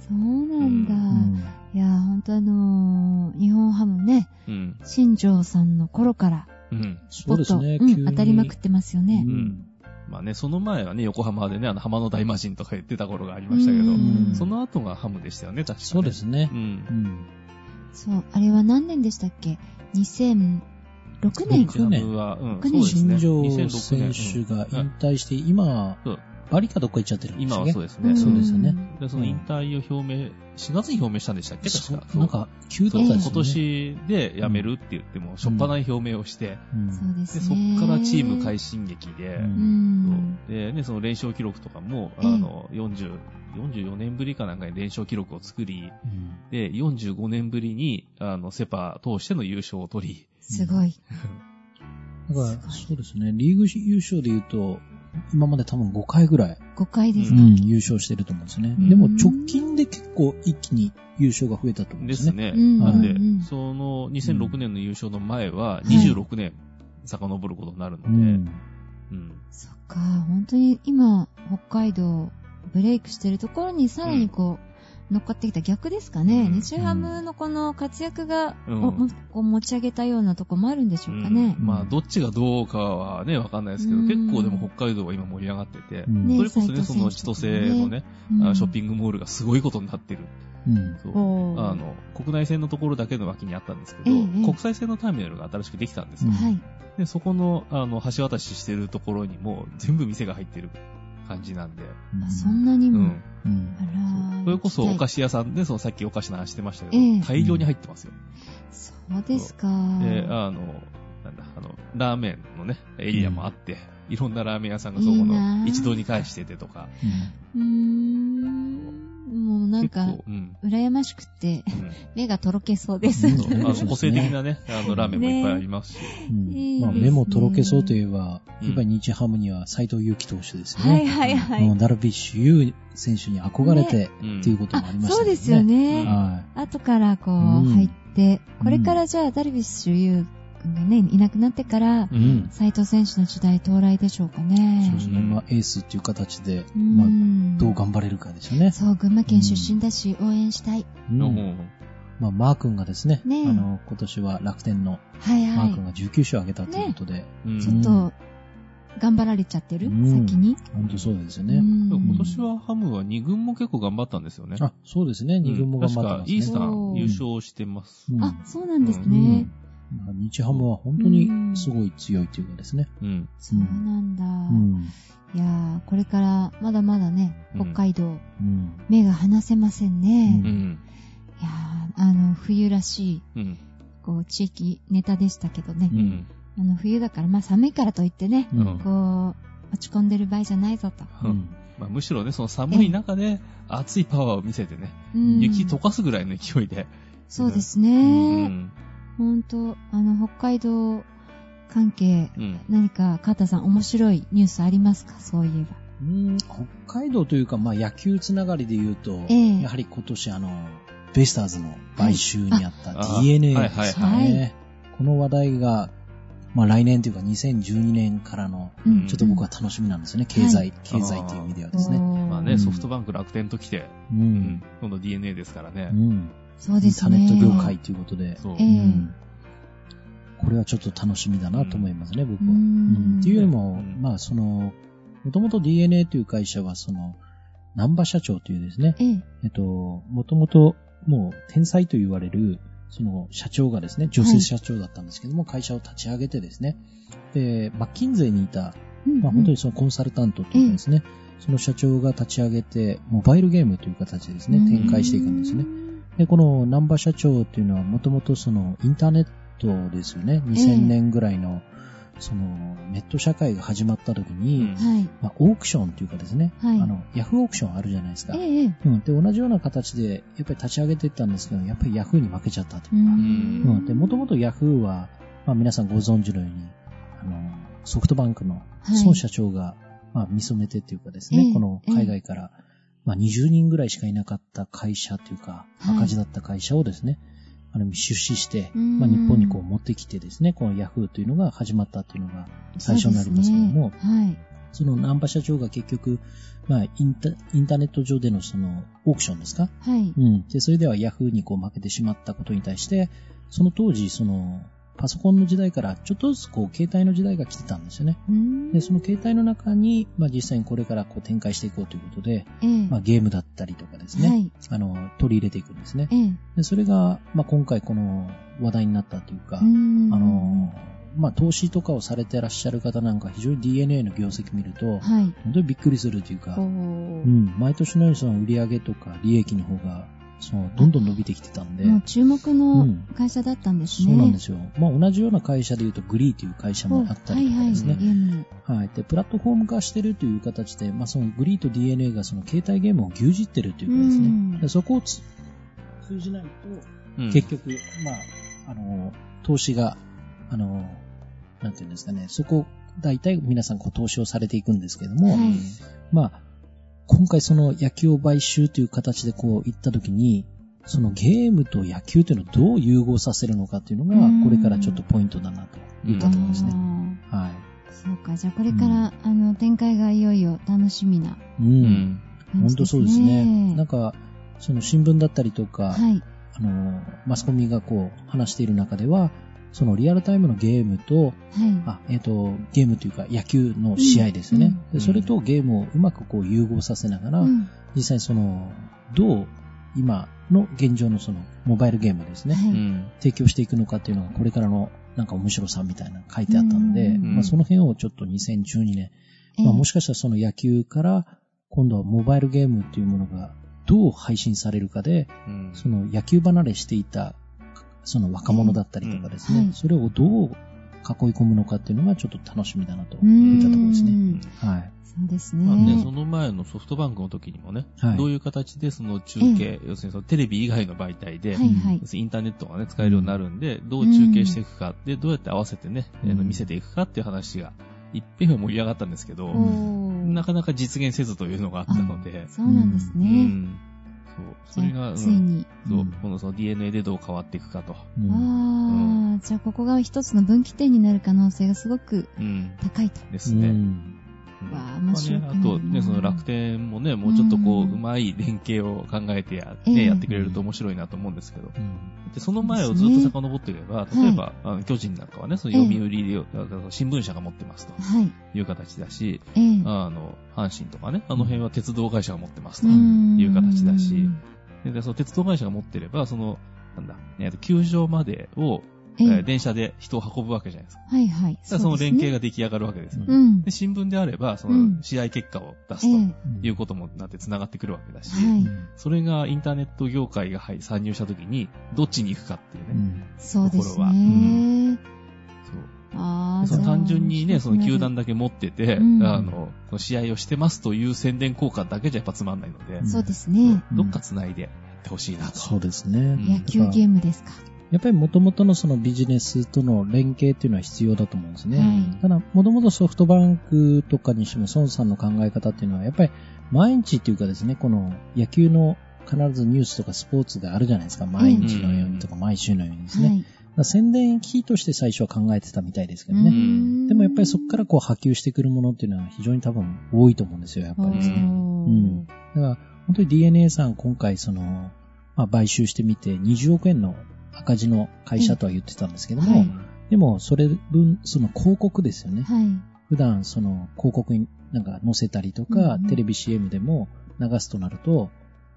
Speaker 1: そうなんだ。
Speaker 3: うん
Speaker 1: いやー、ほんとあのー日本ハムね、
Speaker 2: うん。
Speaker 1: 新庄さんの頃から、
Speaker 2: うん。
Speaker 1: ポ
Speaker 3: そうで
Speaker 1: ッ
Speaker 3: す
Speaker 1: と、
Speaker 3: ね、
Speaker 1: う
Speaker 3: 急
Speaker 1: ん、
Speaker 3: に
Speaker 1: 当たりまくってますよね
Speaker 2: う。
Speaker 3: ん
Speaker 2: まあね、その前はね、横浜でね、あの、浜の大魔神とか言ってた頃がありましたけど
Speaker 1: う、ん
Speaker 2: その後がハムでしたよね、確かに。
Speaker 3: そうで。すね
Speaker 2: う。ん
Speaker 3: う。ん
Speaker 1: そう、あれは何年でしたっけ ?2006 年
Speaker 3: 2006年
Speaker 2: は、うん、
Speaker 1: 六
Speaker 2: そうで
Speaker 1: 年
Speaker 2: すね。
Speaker 3: 新庄
Speaker 2: 2006
Speaker 3: 選
Speaker 2: 年
Speaker 3: 手が
Speaker 2: うん
Speaker 3: 引退して、今
Speaker 2: そう、
Speaker 3: バリかどっか行っちゃってるんです
Speaker 2: 今
Speaker 3: よ
Speaker 2: は
Speaker 3: ね
Speaker 2: そう。ですね。
Speaker 3: そうですよね
Speaker 1: ん
Speaker 2: で、その引退を表明、4月に表明したんでしたっけ確か。
Speaker 3: そうなんか、急だ
Speaker 2: そう、
Speaker 3: っ
Speaker 1: え
Speaker 3: た
Speaker 1: え
Speaker 3: ですよね。
Speaker 2: 今年で辞めるって言っても、しょっぱない表明をして、
Speaker 3: うん
Speaker 1: そうです
Speaker 2: で、
Speaker 1: ね。
Speaker 2: そっからチーム快進撃で、
Speaker 3: うん
Speaker 1: うん。
Speaker 2: そうで、ね、その連勝記録とかも、あ
Speaker 1: ええ
Speaker 2: の、40、44年ぶりかなんかに連勝記録を作り、
Speaker 3: うん
Speaker 2: で、45年ぶりに、あの、セパ通しての優勝を取り、
Speaker 1: すごい。
Speaker 3: だから
Speaker 1: すごい
Speaker 3: そうですね、リーグ優勝で言うと、今まで多分5回ぐらい、
Speaker 1: 5回です
Speaker 2: う
Speaker 1: か。
Speaker 3: うん優勝してると思うんですね
Speaker 2: う。ん
Speaker 3: でも直近で結構一気に優勝が増えたと思うん
Speaker 2: で
Speaker 3: ですす
Speaker 2: ね。
Speaker 3: ね。
Speaker 1: うん
Speaker 2: なんで、
Speaker 1: うん
Speaker 2: その2006年の優勝の前は
Speaker 1: い
Speaker 2: 26年遡ることになるので、
Speaker 3: うん
Speaker 2: うん
Speaker 1: そっか、本当に今、北海道、ブレイクしてるところにさらにこう、乗っかってきた逆ですかね。
Speaker 2: うん
Speaker 1: 日ハムのこの活躍が、
Speaker 2: うん
Speaker 1: おもこう持ち上げたようなとこもあるんでしょうかね
Speaker 2: う。んまあ、どっちがどうかはね、わかんないですけど、
Speaker 1: うん
Speaker 2: 結構でも北海道は今盛り上がってて、
Speaker 3: うん
Speaker 1: ね
Speaker 2: それこそね、
Speaker 1: 斉藤
Speaker 2: その
Speaker 1: 選手と
Speaker 2: 千
Speaker 1: か
Speaker 2: 歳
Speaker 1: ね
Speaker 2: のね、あのショッピングモールがすごいことになってる。
Speaker 3: うん
Speaker 2: そう
Speaker 1: おー
Speaker 2: あの、国内線のところだけの脇にあったんですけど、
Speaker 1: ええええ
Speaker 2: 国際線のターミナルが新しくできたんですよ。
Speaker 3: うん
Speaker 1: はい。
Speaker 2: で、そこの、あの、橋渡ししてるところにも、全部店が入ってる感じなんで、
Speaker 1: あそんなに
Speaker 2: う
Speaker 1: も。
Speaker 2: ん。
Speaker 3: うん
Speaker 1: あらー
Speaker 2: それこそお
Speaker 1: 行きたい
Speaker 2: 菓子屋さんで、そのさっきお菓子の話してましたけど、
Speaker 1: ええ
Speaker 2: 大量に入ってますよ。
Speaker 1: そうですか。
Speaker 2: で、あの、なんだ、あの、ラーメンのね、エリアもあって、いろんなラーメン屋さんがそこ
Speaker 1: いいな
Speaker 2: の
Speaker 1: あ
Speaker 2: 一堂に会しててとか、
Speaker 1: うーん。もうなんか、
Speaker 2: 結構うん。
Speaker 1: 羨ましくて、
Speaker 2: うん
Speaker 1: 目がとろけそうです。
Speaker 3: うん
Speaker 2: そうあの
Speaker 3: そうですね
Speaker 2: 個性的なね、あの、ラーメンもいっぱいありますし、
Speaker 3: うん
Speaker 1: いい
Speaker 3: まあ、
Speaker 2: ですね
Speaker 3: 目もとろけそうといえば、
Speaker 2: うん
Speaker 3: やっぱり日ハムには斎藤佑樹投手ですよ
Speaker 1: はい
Speaker 3: ね。
Speaker 1: はいは
Speaker 3: もう
Speaker 1: い。
Speaker 3: ダルビッシュ有選手に憧れて
Speaker 2: うん
Speaker 3: っていうこともあ
Speaker 1: あ
Speaker 3: り、ました
Speaker 1: そう
Speaker 3: けどね。
Speaker 1: ですよ
Speaker 2: うん
Speaker 1: ね。
Speaker 3: は
Speaker 1: 後からこう
Speaker 3: うん
Speaker 1: 入って、
Speaker 3: うん
Speaker 1: これからじゃあダルビッシュ有君がね、いなくなってから
Speaker 2: う、
Speaker 3: い。
Speaker 2: ん。
Speaker 1: 斎藤選手の時代到来でしょうか
Speaker 3: そう
Speaker 1: ね
Speaker 3: で。すね。まあ、エースっていう形で、
Speaker 1: うん
Speaker 3: まあ、どう頑張れるかですよね。
Speaker 1: そう、群馬県出身だし、応援したい。
Speaker 3: う
Speaker 2: うんん。
Speaker 3: まあ、マー君がですね、あ
Speaker 1: ねえ
Speaker 3: の、今年は楽天の
Speaker 1: はい
Speaker 3: マ
Speaker 1: は
Speaker 3: ー君
Speaker 1: い。
Speaker 3: が19勝上げたということで、
Speaker 2: うん
Speaker 1: ちょっと、頑張られちゃってる
Speaker 3: うん
Speaker 1: 先に。
Speaker 3: 本当そうですよ
Speaker 1: う
Speaker 3: ね。
Speaker 1: ん
Speaker 2: 今年はハムは2軍も結構頑張ったんですよね。
Speaker 3: あ、そうですね。二軍も頑張ってますね。
Speaker 2: 確か、イーさ
Speaker 1: お
Speaker 2: ん
Speaker 1: ー
Speaker 2: 優勝してます。
Speaker 3: うん
Speaker 1: あ、そうなんです
Speaker 3: う
Speaker 1: ね
Speaker 3: ん。まあ日ハムは本当にすごい強いというかですね。
Speaker 2: うん。
Speaker 1: そうなんだ。
Speaker 3: うん。
Speaker 1: いやー、これからまだまだね、
Speaker 2: うん
Speaker 1: 北海道、
Speaker 3: うん。
Speaker 1: 目が離せませんね。
Speaker 2: う
Speaker 1: い
Speaker 2: ん。
Speaker 1: やー、あの、冬らしい、
Speaker 2: うん。
Speaker 1: こう、地域ネタでしたけどね。
Speaker 2: うん。
Speaker 1: あの、冬だから、まあ寒いからといってね、
Speaker 3: うん
Speaker 2: うん
Speaker 1: こう、落ち込んでる場合じゃないぞと。
Speaker 2: う
Speaker 3: う
Speaker 2: んんまあ、むしろね、その寒い中で熱いパワーを見せてね、
Speaker 1: うん
Speaker 2: 雪溶かすぐらいの勢いで。
Speaker 1: そうです
Speaker 2: う
Speaker 1: ね。
Speaker 2: ん。
Speaker 1: ほんと、あの、北海道関係、
Speaker 2: うん。
Speaker 1: 何か、カータさん、面白いニュースありますかそういえば。
Speaker 3: うん北海道というか、まあ、野球つながりで言うと、
Speaker 1: ええ
Speaker 3: やはり今年、あの、ベイスターズの買収にあった
Speaker 2: はいあ
Speaker 3: DNA
Speaker 2: は
Speaker 3: で
Speaker 2: いはい
Speaker 3: す
Speaker 1: は
Speaker 3: ね。この話題が、まあ、来年というか2012年からの、
Speaker 2: うん
Speaker 3: ちょっと僕は楽しみなんですよね。経済、
Speaker 1: はい
Speaker 3: 経済という意味ではですね。
Speaker 1: おー
Speaker 2: まあね、ソフトバンク楽天と来て、う
Speaker 3: う
Speaker 2: んん。。今度 DNA ですからね
Speaker 3: う。ん。
Speaker 1: そう
Speaker 3: イ
Speaker 1: で
Speaker 3: ンタ
Speaker 1: す
Speaker 3: ー
Speaker 1: ね。
Speaker 3: ネット業界ということで、
Speaker 2: そう
Speaker 1: え。え
Speaker 3: うんこれはちょっと楽しみだなと思いますね、僕は。
Speaker 1: うん
Speaker 3: っていうよりも、
Speaker 2: うん
Speaker 3: まあ、その、もともと DNA という会社は、その、南波社長というですね、
Speaker 1: ええ。
Speaker 3: えっと、もともと、もう、天才と言われる、その、社長がですね、女性社長だったんですけども、会社を立ち上げてですね、で、マッキンゼーにいた、
Speaker 1: うん
Speaker 3: まあ、本当にそのコンサルタントというかですね、その社長が立ち上げて、モバイルゲームという形でですね、
Speaker 1: うん
Speaker 3: 展開していくんですね。。で、この南波社長っていうのはもともとそのインターネットですよね。2000年ぐらいの、その、ネット社会が始まった時
Speaker 2: う
Speaker 3: に、
Speaker 2: ん
Speaker 1: はい。
Speaker 3: まあ、オークションというかですね、
Speaker 1: はい
Speaker 3: あの、ヤフーオークションあるじゃないですか。
Speaker 1: ええ、ええ。
Speaker 3: うん。で、同じような形で、やっぱり立ち上げていったんですけど、やっぱりヤフーに負けちゃったといううか、
Speaker 2: うん
Speaker 3: うん。で、もともとヤフーは、まあ、皆さんご存知のように、あの、ソフトバンクの
Speaker 1: はい
Speaker 3: 孫社長が、まあ、見初めてというかですね、
Speaker 1: ええ
Speaker 3: この海外から、まあ、20人ぐらいしかいなかった会社というか、
Speaker 1: はい
Speaker 3: 赤字だった会社をですね、あの、出資して、
Speaker 1: うん
Speaker 3: まあ、日本にこう持ってきてですね、このヤフーというのが始まったというのが、最初になりますけど
Speaker 1: そ
Speaker 3: も
Speaker 1: うですねはい。
Speaker 3: その南波社長が結局、まあ、インタインターネット上でのその、オークションですか
Speaker 1: はい。
Speaker 3: うん。で、それではヤフーにこう負けてしまったことに対して、その当時、その、パソコンの時代からちょっとずつこう、携帯の時代が来てたんですよね。
Speaker 1: うーん
Speaker 3: で、その携帯の中に、まあ実際にこれからこう展開していこうということで、
Speaker 1: ええ
Speaker 3: まあゲームだったりとかですね、
Speaker 1: はい
Speaker 3: あの、取り入れていくんですね。
Speaker 1: ええ。
Speaker 3: で、それが、まあ今回この話題になったというか、
Speaker 1: うーん
Speaker 3: あの、まあ投資とかをされてらっしゃる方なんか非常に DNA の業績見ると、
Speaker 1: はい。
Speaker 3: 本当にびっくりするというか、
Speaker 1: お
Speaker 3: う
Speaker 1: ー
Speaker 3: ん、毎年のようにその売り上げとか利益の方が、その、どんどん伸びてきてたんで、
Speaker 1: もう注目
Speaker 3: う
Speaker 1: の
Speaker 3: ん
Speaker 1: 会社だったんです
Speaker 3: そ
Speaker 1: ね。
Speaker 3: うなんですよ。まあ、同じような会社で言うと、グリーという会社もあったりとかですね。
Speaker 1: はいはい、ゲームの。
Speaker 3: はい、で、プラットフォーム化してるという形で、まあ、そのグリーと DNA がその携帯ゲームを牛耳ってるというかですね。
Speaker 1: うん
Speaker 3: でそこをつ通じない
Speaker 2: うん
Speaker 3: と、結局、まあ、あの、投資が、あの、なんていうんですかね、そこ、大体皆さんこう投資をされていくんですけども、
Speaker 1: はい
Speaker 3: まあ、今回その野球を買収という形でこう行った時に、そのゲームと野球というのをどう融合させるのかというの
Speaker 1: うん
Speaker 3: が、これからちょっとポイントだなといったところですね。
Speaker 1: あ
Speaker 3: はい。
Speaker 1: ーそうか、じゃあこれから、あの、展開がいよいよ楽しみな
Speaker 2: う
Speaker 3: う。
Speaker 2: んん。
Speaker 1: 感
Speaker 3: 本
Speaker 1: じ
Speaker 3: 当
Speaker 1: です
Speaker 3: そ
Speaker 1: ね。
Speaker 3: うですね。なんか、その新聞だったりとか、
Speaker 1: はい。
Speaker 3: あの、マスコミがこう話している中では、そのリアルタイムのゲームと、
Speaker 1: はい。
Speaker 3: あ、えっ、と、ゲームというか野球の試合ですね、
Speaker 2: うん
Speaker 3: でそれとゲームをうまくこう融合させながら、
Speaker 1: うん
Speaker 3: 実際その、どう今の現状のそのモバイルゲームですね、
Speaker 1: はい
Speaker 2: うん。
Speaker 3: 提供していくのかっていうのがこれからのなんか面白さみたいなの書いてあったので、
Speaker 1: うん
Speaker 3: まあ、その辺をちょっと2012年、
Speaker 1: ええ
Speaker 3: まあ、もしかしたらその野球から今度はモバイルゲームっていうものがどう配信されるかで、
Speaker 2: うん
Speaker 3: その野球離れしていたその若者だったりとかですね、
Speaker 1: うんはい
Speaker 3: それをどう囲い込むのかっていうのがちょっと楽しみだなと
Speaker 1: う
Speaker 3: いったところですね。
Speaker 1: ん
Speaker 3: はい。
Speaker 1: そうです
Speaker 2: まあね、そ
Speaker 1: ね。
Speaker 2: の前のソフトバンクの時にもね、
Speaker 3: はい
Speaker 2: どういう形でその中継、要するにそのテレビ以外の媒体で、
Speaker 1: はいはい
Speaker 2: 要。するにインターネットがね、使えるようになるんで、どう中継していくか、で、どうやって合わせてね、あ
Speaker 3: う
Speaker 2: の
Speaker 3: ん
Speaker 2: 見せていくかっていう話が、一遍は盛り上がったんですけど、
Speaker 1: おー
Speaker 2: なかなか実現せずというのがあったので、
Speaker 1: そうなんです
Speaker 2: う
Speaker 1: ね。
Speaker 2: ん。そう。そ
Speaker 1: じ
Speaker 2: れ
Speaker 1: ゃ
Speaker 2: が、う
Speaker 1: あ
Speaker 2: ん
Speaker 1: ついに。
Speaker 2: そう
Speaker 3: うん
Speaker 2: このその DNA でどう変わっていくかと。
Speaker 3: う
Speaker 1: あ
Speaker 3: ん
Speaker 1: あ、じゃあここが一つの分岐点になる可能性がすごく
Speaker 2: うん。
Speaker 1: 高いと。
Speaker 2: ですね。
Speaker 3: うん
Speaker 2: うん
Speaker 1: わあ面白い
Speaker 2: まあねあとね、その楽天もね、もうちょっとこ
Speaker 1: う
Speaker 2: う、うんまい連携を考えてや,、
Speaker 1: ええ
Speaker 2: ね、やってくれると面白いなと思うんですけど。で、その前をずっと遡っていれ
Speaker 1: そう
Speaker 2: ば、
Speaker 1: ですね
Speaker 2: 例えば、あの巨人なんかはね、その読売で、あの新聞社が持ってますと
Speaker 1: はい。
Speaker 2: いう形だし、
Speaker 1: ええ。
Speaker 2: あの、阪神とかね、あの辺は鉄道会社が持ってます
Speaker 1: う
Speaker 2: と
Speaker 1: ん
Speaker 2: いう形だし、ででその鉄道会社が持ってれば、その、なんだ、えっと球場までを、
Speaker 1: え
Speaker 2: え
Speaker 1: え
Speaker 2: ー電車で人を運ぶわけじゃないですか。
Speaker 1: はいはい。
Speaker 2: だからその連携
Speaker 1: が。
Speaker 2: が出来上がるわけですよね。
Speaker 1: うん
Speaker 2: で、。新聞であれば、そ
Speaker 1: うん
Speaker 2: の、試合結果を出
Speaker 1: え
Speaker 2: すと
Speaker 3: うん
Speaker 2: いうこともなって繋がってくるわけだし、
Speaker 1: え。はい。
Speaker 2: それがインターネット業界がはい参入した時に、どっちに行くかっていう
Speaker 3: う
Speaker 2: ね。
Speaker 3: ん
Speaker 1: そうです
Speaker 2: ところはう
Speaker 1: ね。
Speaker 2: そう
Speaker 1: ああ、
Speaker 2: でその単純にね、その球団
Speaker 1: だ。
Speaker 2: だけ持ってて、
Speaker 1: うん
Speaker 2: あの、その試合をしてますという宣伝効果だけじゃやっぱつまんないので、
Speaker 1: そうですね。
Speaker 3: うん
Speaker 2: どっか繋いでやってほしいなと。
Speaker 3: そうですね。
Speaker 2: うん
Speaker 1: 野球ゲームですか。
Speaker 3: やっぱり元々のそのビジネスとの連携っていうのは必要だと思うんですね。
Speaker 1: はい
Speaker 3: ただ、もともとソフトバンクとかにしても孫さんの考え方っていうのは、やっぱり毎日っていうかですね、この野球の必ずニュースとかスポーツがあるじゃないですか。毎日のようにとか毎週のようにですね。
Speaker 1: はい。
Speaker 3: まあ宣伝キーとして最初は考えてたみたいですけど
Speaker 1: う
Speaker 3: ね。
Speaker 1: ん
Speaker 3: でもやっぱりそこからこう波及してくるものっていうのは非常に多分多いと思うんですよ、やっぱり。
Speaker 2: りね
Speaker 1: おー
Speaker 3: うんだから、本当に DNA さん今回その、まあ、買収してみて20億円の赤字の会社とは言ってたんですけども、
Speaker 1: はい
Speaker 3: でもそれ分、その広告ですよね。
Speaker 1: はい。
Speaker 3: 普段その広告になんか載せたりとか、
Speaker 1: うんうん
Speaker 3: テレビ CM でも流すとなると、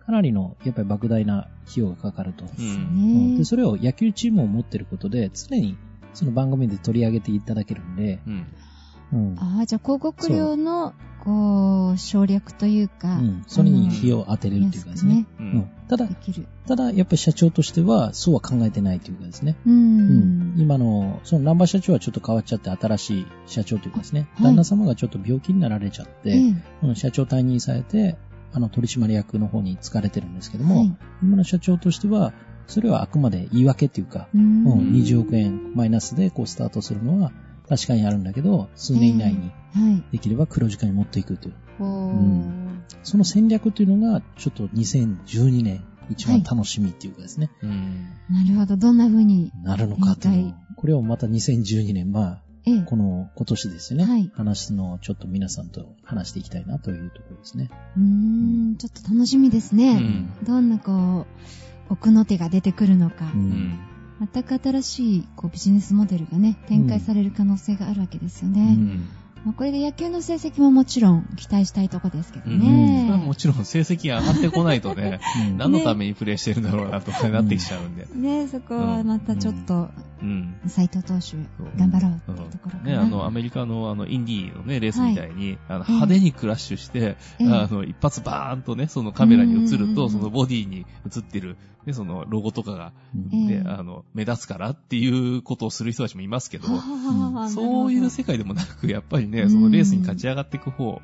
Speaker 3: かなりのやっぱり莫大な費用がかかると。
Speaker 2: うん。
Speaker 3: うん
Speaker 1: ね
Speaker 3: でそれを野球チームを持ってることで、常にその番組で取り上げていただけるんで、
Speaker 2: うん。
Speaker 3: うん
Speaker 1: ああ、じゃあ広告料のこう、省略というか、
Speaker 3: うん、それに費を当てれるというかですね。
Speaker 2: う
Speaker 3: うん
Speaker 2: ん。
Speaker 3: ただ
Speaker 1: で、きる。
Speaker 3: ただ、やっぱり社長としては、そうは考えてないというかですね。
Speaker 1: う。
Speaker 3: うん今の、その南波社長はちょっと変わっちゃって、新しい社長というかですね、
Speaker 1: はい
Speaker 3: 旦那様がちょっと病気になられちゃって、
Speaker 1: ええ
Speaker 3: うん社長退任されて、あの、取締役の方に疲れてるんですけども、
Speaker 1: はい
Speaker 3: 今の社長としては、それはあくまで言い訳というか、
Speaker 1: う
Speaker 3: うんん、20億円マイナスでこうスタートするのは確かにあるんだけど、数年以内に
Speaker 1: はい。
Speaker 3: できれば黒字化に持っていくという。
Speaker 1: こう、
Speaker 3: うんその戦略というのが、ちょっと2012年一番楽しみっていうかですね、
Speaker 2: うん。
Speaker 1: なるほど。どんな風に、
Speaker 3: なるのかというのを
Speaker 1: はい
Speaker 3: これをまた2012年、ま
Speaker 1: ええ
Speaker 3: あ、この今年ですよね、
Speaker 1: はい
Speaker 3: 話すのをちょっと皆さんと話していきたいなというところですね。
Speaker 1: うーん、ちょっと楽しみです
Speaker 2: う
Speaker 1: ね。
Speaker 2: ん。
Speaker 1: どんなこう、奥の手が出てくるのか
Speaker 3: う。
Speaker 2: うんん。
Speaker 1: 全く新しいこうビジネスモデルがね、展開される可能性があるわけですよ
Speaker 3: う
Speaker 2: う
Speaker 1: ね。
Speaker 2: ん。
Speaker 1: まあこれで野球の成績ももちろん期待したいとこですけど
Speaker 2: それは
Speaker 1: ね
Speaker 2: も。ちろん成績が上がってこないとね、
Speaker 3: うん
Speaker 2: 何のためにプレイしてるんだろうなとかなってきちゃうんで。
Speaker 1: ねそこはまたちょっと、
Speaker 2: うん。
Speaker 1: 斎藤投手
Speaker 2: そう、
Speaker 1: 頑張ろう
Speaker 2: う
Speaker 1: っていうところ
Speaker 2: ん
Speaker 1: か
Speaker 2: ね、
Speaker 1: な。
Speaker 2: あの、アメリカの、あの、インディーのね、レースみたいに、あの
Speaker 1: ええ
Speaker 2: 派手にクラッシュして、
Speaker 1: ええ
Speaker 2: あの、一発バーンとね、そのカメラに映
Speaker 1: うんう
Speaker 2: る
Speaker 1: んうんう
Speaker 2: と、
Speaker 1: ん
Speaker 2: そのボディに映ってる、ね、そのロゴとかが、
Speaker 3: うん
Speaker 1: え
Speaker 2: ね
Speaker 1: え、
Speaker 2: あの、目立つからっていうことをする人たちもいますけど、
Speaker 1: はあ
Speaker 2: そうい
Speaker 1: なるほど
Speaker 2: う世界でもなく、やっぱり
Speaker 1: う
Speaker 2: ね、
Speaker 1: ん
Speaker 2: そのレースに勝ち上がっていく方を、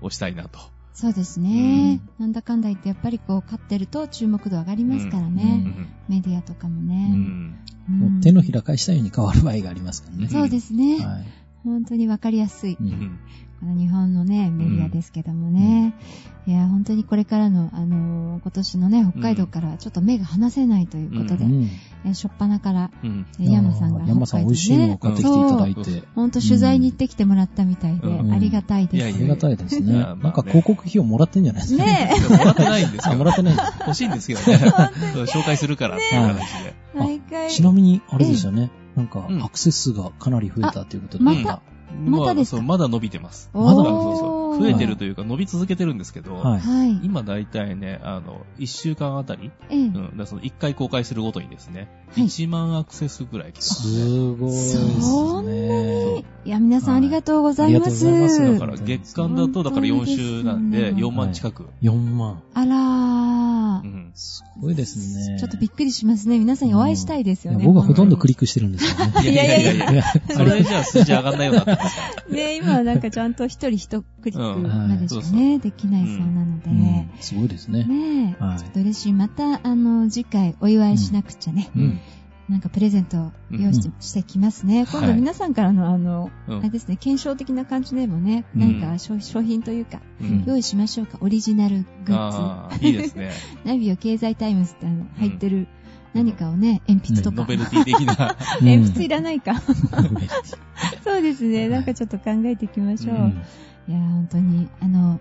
Speaker 2: 押したいなと。
Speaker 1: そうですね。なんだかんだ言って、やっぱりこう、勝ってると注目度上がりますから
Speaker 2: う
Speaker 1: ね。
Speaker 2: ん。
Speaker 1: メディアとかも
Speaker 2: う
Speaker 1: ね。
Speaker 2: ん。
Speaker 1: うん
Speaker 3: もう手のひら返したように変わる場合がありますからね。
Speaker 1: そうですね。
Speaker 3: はい
Speaker 1: 本当にわかりやすい。
Speaker 3: う
Speaker 2: うんん。
Speaker 1: この日本のね、メディアですけどもね。いや、本当にこれからの、あのー今年のね、北海道からちょっと目が離せないということで、
Speaker 3: うん
Speaker 1: えしょっぱなから、
Speaker 2: うん。
Speaker 1: え山さんが
Speaker 3: あー山さん美味しいのを買ってきていただいて。
Speaker 2: そう
Speaker 1: 本当取材に行ってきてもらったみたいで、
Speaker 2: うん
Speaker 1: ありがたいです。
Speaker 2: いや
Speaker 3: あ
Speaker 2: い
Speaker 3: り
Speaker 2: や
Speaker 3: がたいですね。
Speaker 2: いやまあね
Speaker 3: なんか広告費をもらってんじゃないですか。
Speaker 1: ね
Speaker 2: いやもらってないんです
Speaker 3: あ、
Speaker 2: よ
Speaker 3: も。らってないんだ
Speaker 2: 欲しいんです けどね。そう紹介するからっていう話で。
Speaker 1: え、毎回。
Speaker 3: ちなみに、あれですよね。なんか
Speaker 2: う、ん
Speaker 3: アクセス数がかなり増えたということで。
Speaker 1: また
Speaker 2: うん
Speaker 1: またですか
Speaker 2: そうまだ伸びてます。
Speaker 1: おー
Speaker 2: そうそう。増えてるというか、伸び続けてるんですけど、
Speaker 3: はい。
Speaker 1: はい。
Speaker 2: 今大体ね、あの、1週間あたり、
Speaker 1: ええ
Speaker 2: うん、だからその1回公開するごとにですね、
Speaker 1: はい
Speaker 2: 1万アクセスぐらい来てますね。
Speaker 3: すごいです
Speaker 1: そん
Speaker 3: ね。
Speaker 1: いや、皆さんありがとうございます。
Speaker 3: はいありがとうございま
Speaker 2: だ
Speaker 3: す
Speaker 2: から月間だと、だから4週なんで、4万近く。
Speaker 3: 4万。
Speaker 1: あらー
Speaker 2: う。ん。
Speaker 3: すごいですね。
Speaker 1: ちょっとびっくりしますね。皆さんにお会いしたいですよ
Speaker 3: い
Speaker 1: ね。
Speaker 3: や僕はほとんど
Speaker 1: 本
Speaker 3: クリックしてるんですよね。
Speaker 2: いやいやいやいや。 それ
Speaker 3: あれ
Speaker 2: じゃあ数字上がんないようになってますから。
Speaker 1: 当に。ね、今はなんかちゃんと一人一クリックまでしかね、できないそうなので。
Speaker 3: うんすごいですね。
Speaker 1: ねえ、
Speaker 3: はい
Speaker 1: ちょっと嬉しい。また、あの、次回お祝いしなくちゃね。
Speaker 2: うん。
Speaker 1: なんかプレゼントを用意して,、してきますね。今度
Speaker 2: はい
Speaker 1: 皆さんからの、あの、
Speaker 2: う
Speaker 1: あれ
Speaker 2: ん。
Speaker 1: ですね、検証的な感じでもね、
Speaker 3: うん
Speaker 1: なんか商商品というか、
Speaker 2: うん
Speaker 1: 用意しましょうか。オリジナルグッズ。
Speaker 2: ああ、いいですね。
Speaker 1: ナビオ経済タイムズってあの入ってる何かをね、鉛筆と
Speaker 2: ノ
Speaker 1: か。
Speaker 2: ベルティ的な。
Speaker 3: うん
Speaker 1: 鉛筆いらないか。 そうですね。
Speaker 3: い
Speaker 1: なんかちょっと考えていきましょう。
Speaker 2: う
Speaker 3: うん
Speaker 1: いやー、本当に、あの、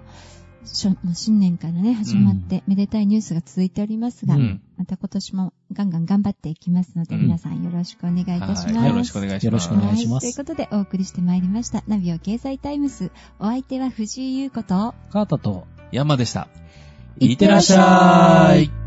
Speaker 1: しょもう新年からね、始まって、めでたいニュースが続いておりますが、
Speaker 2: うん
Speaker 1: また今年もガンガン頑張っていきますので、
Speaker 2: うん
Speaker 1: 皆さんよろしくお願いいたします。
Speaker 2: はいよろしくお願いします。
Speaker 3: よろしくお願いします
Speaker 1: はいということで、お送りしてまいりました。ナビオ経済タイムス。お相手は藤井優子と、
Speaker 3: カータと
Speaker 2: 山でした。
Speaker 1: いってらっしゃ
Speaker 3: い。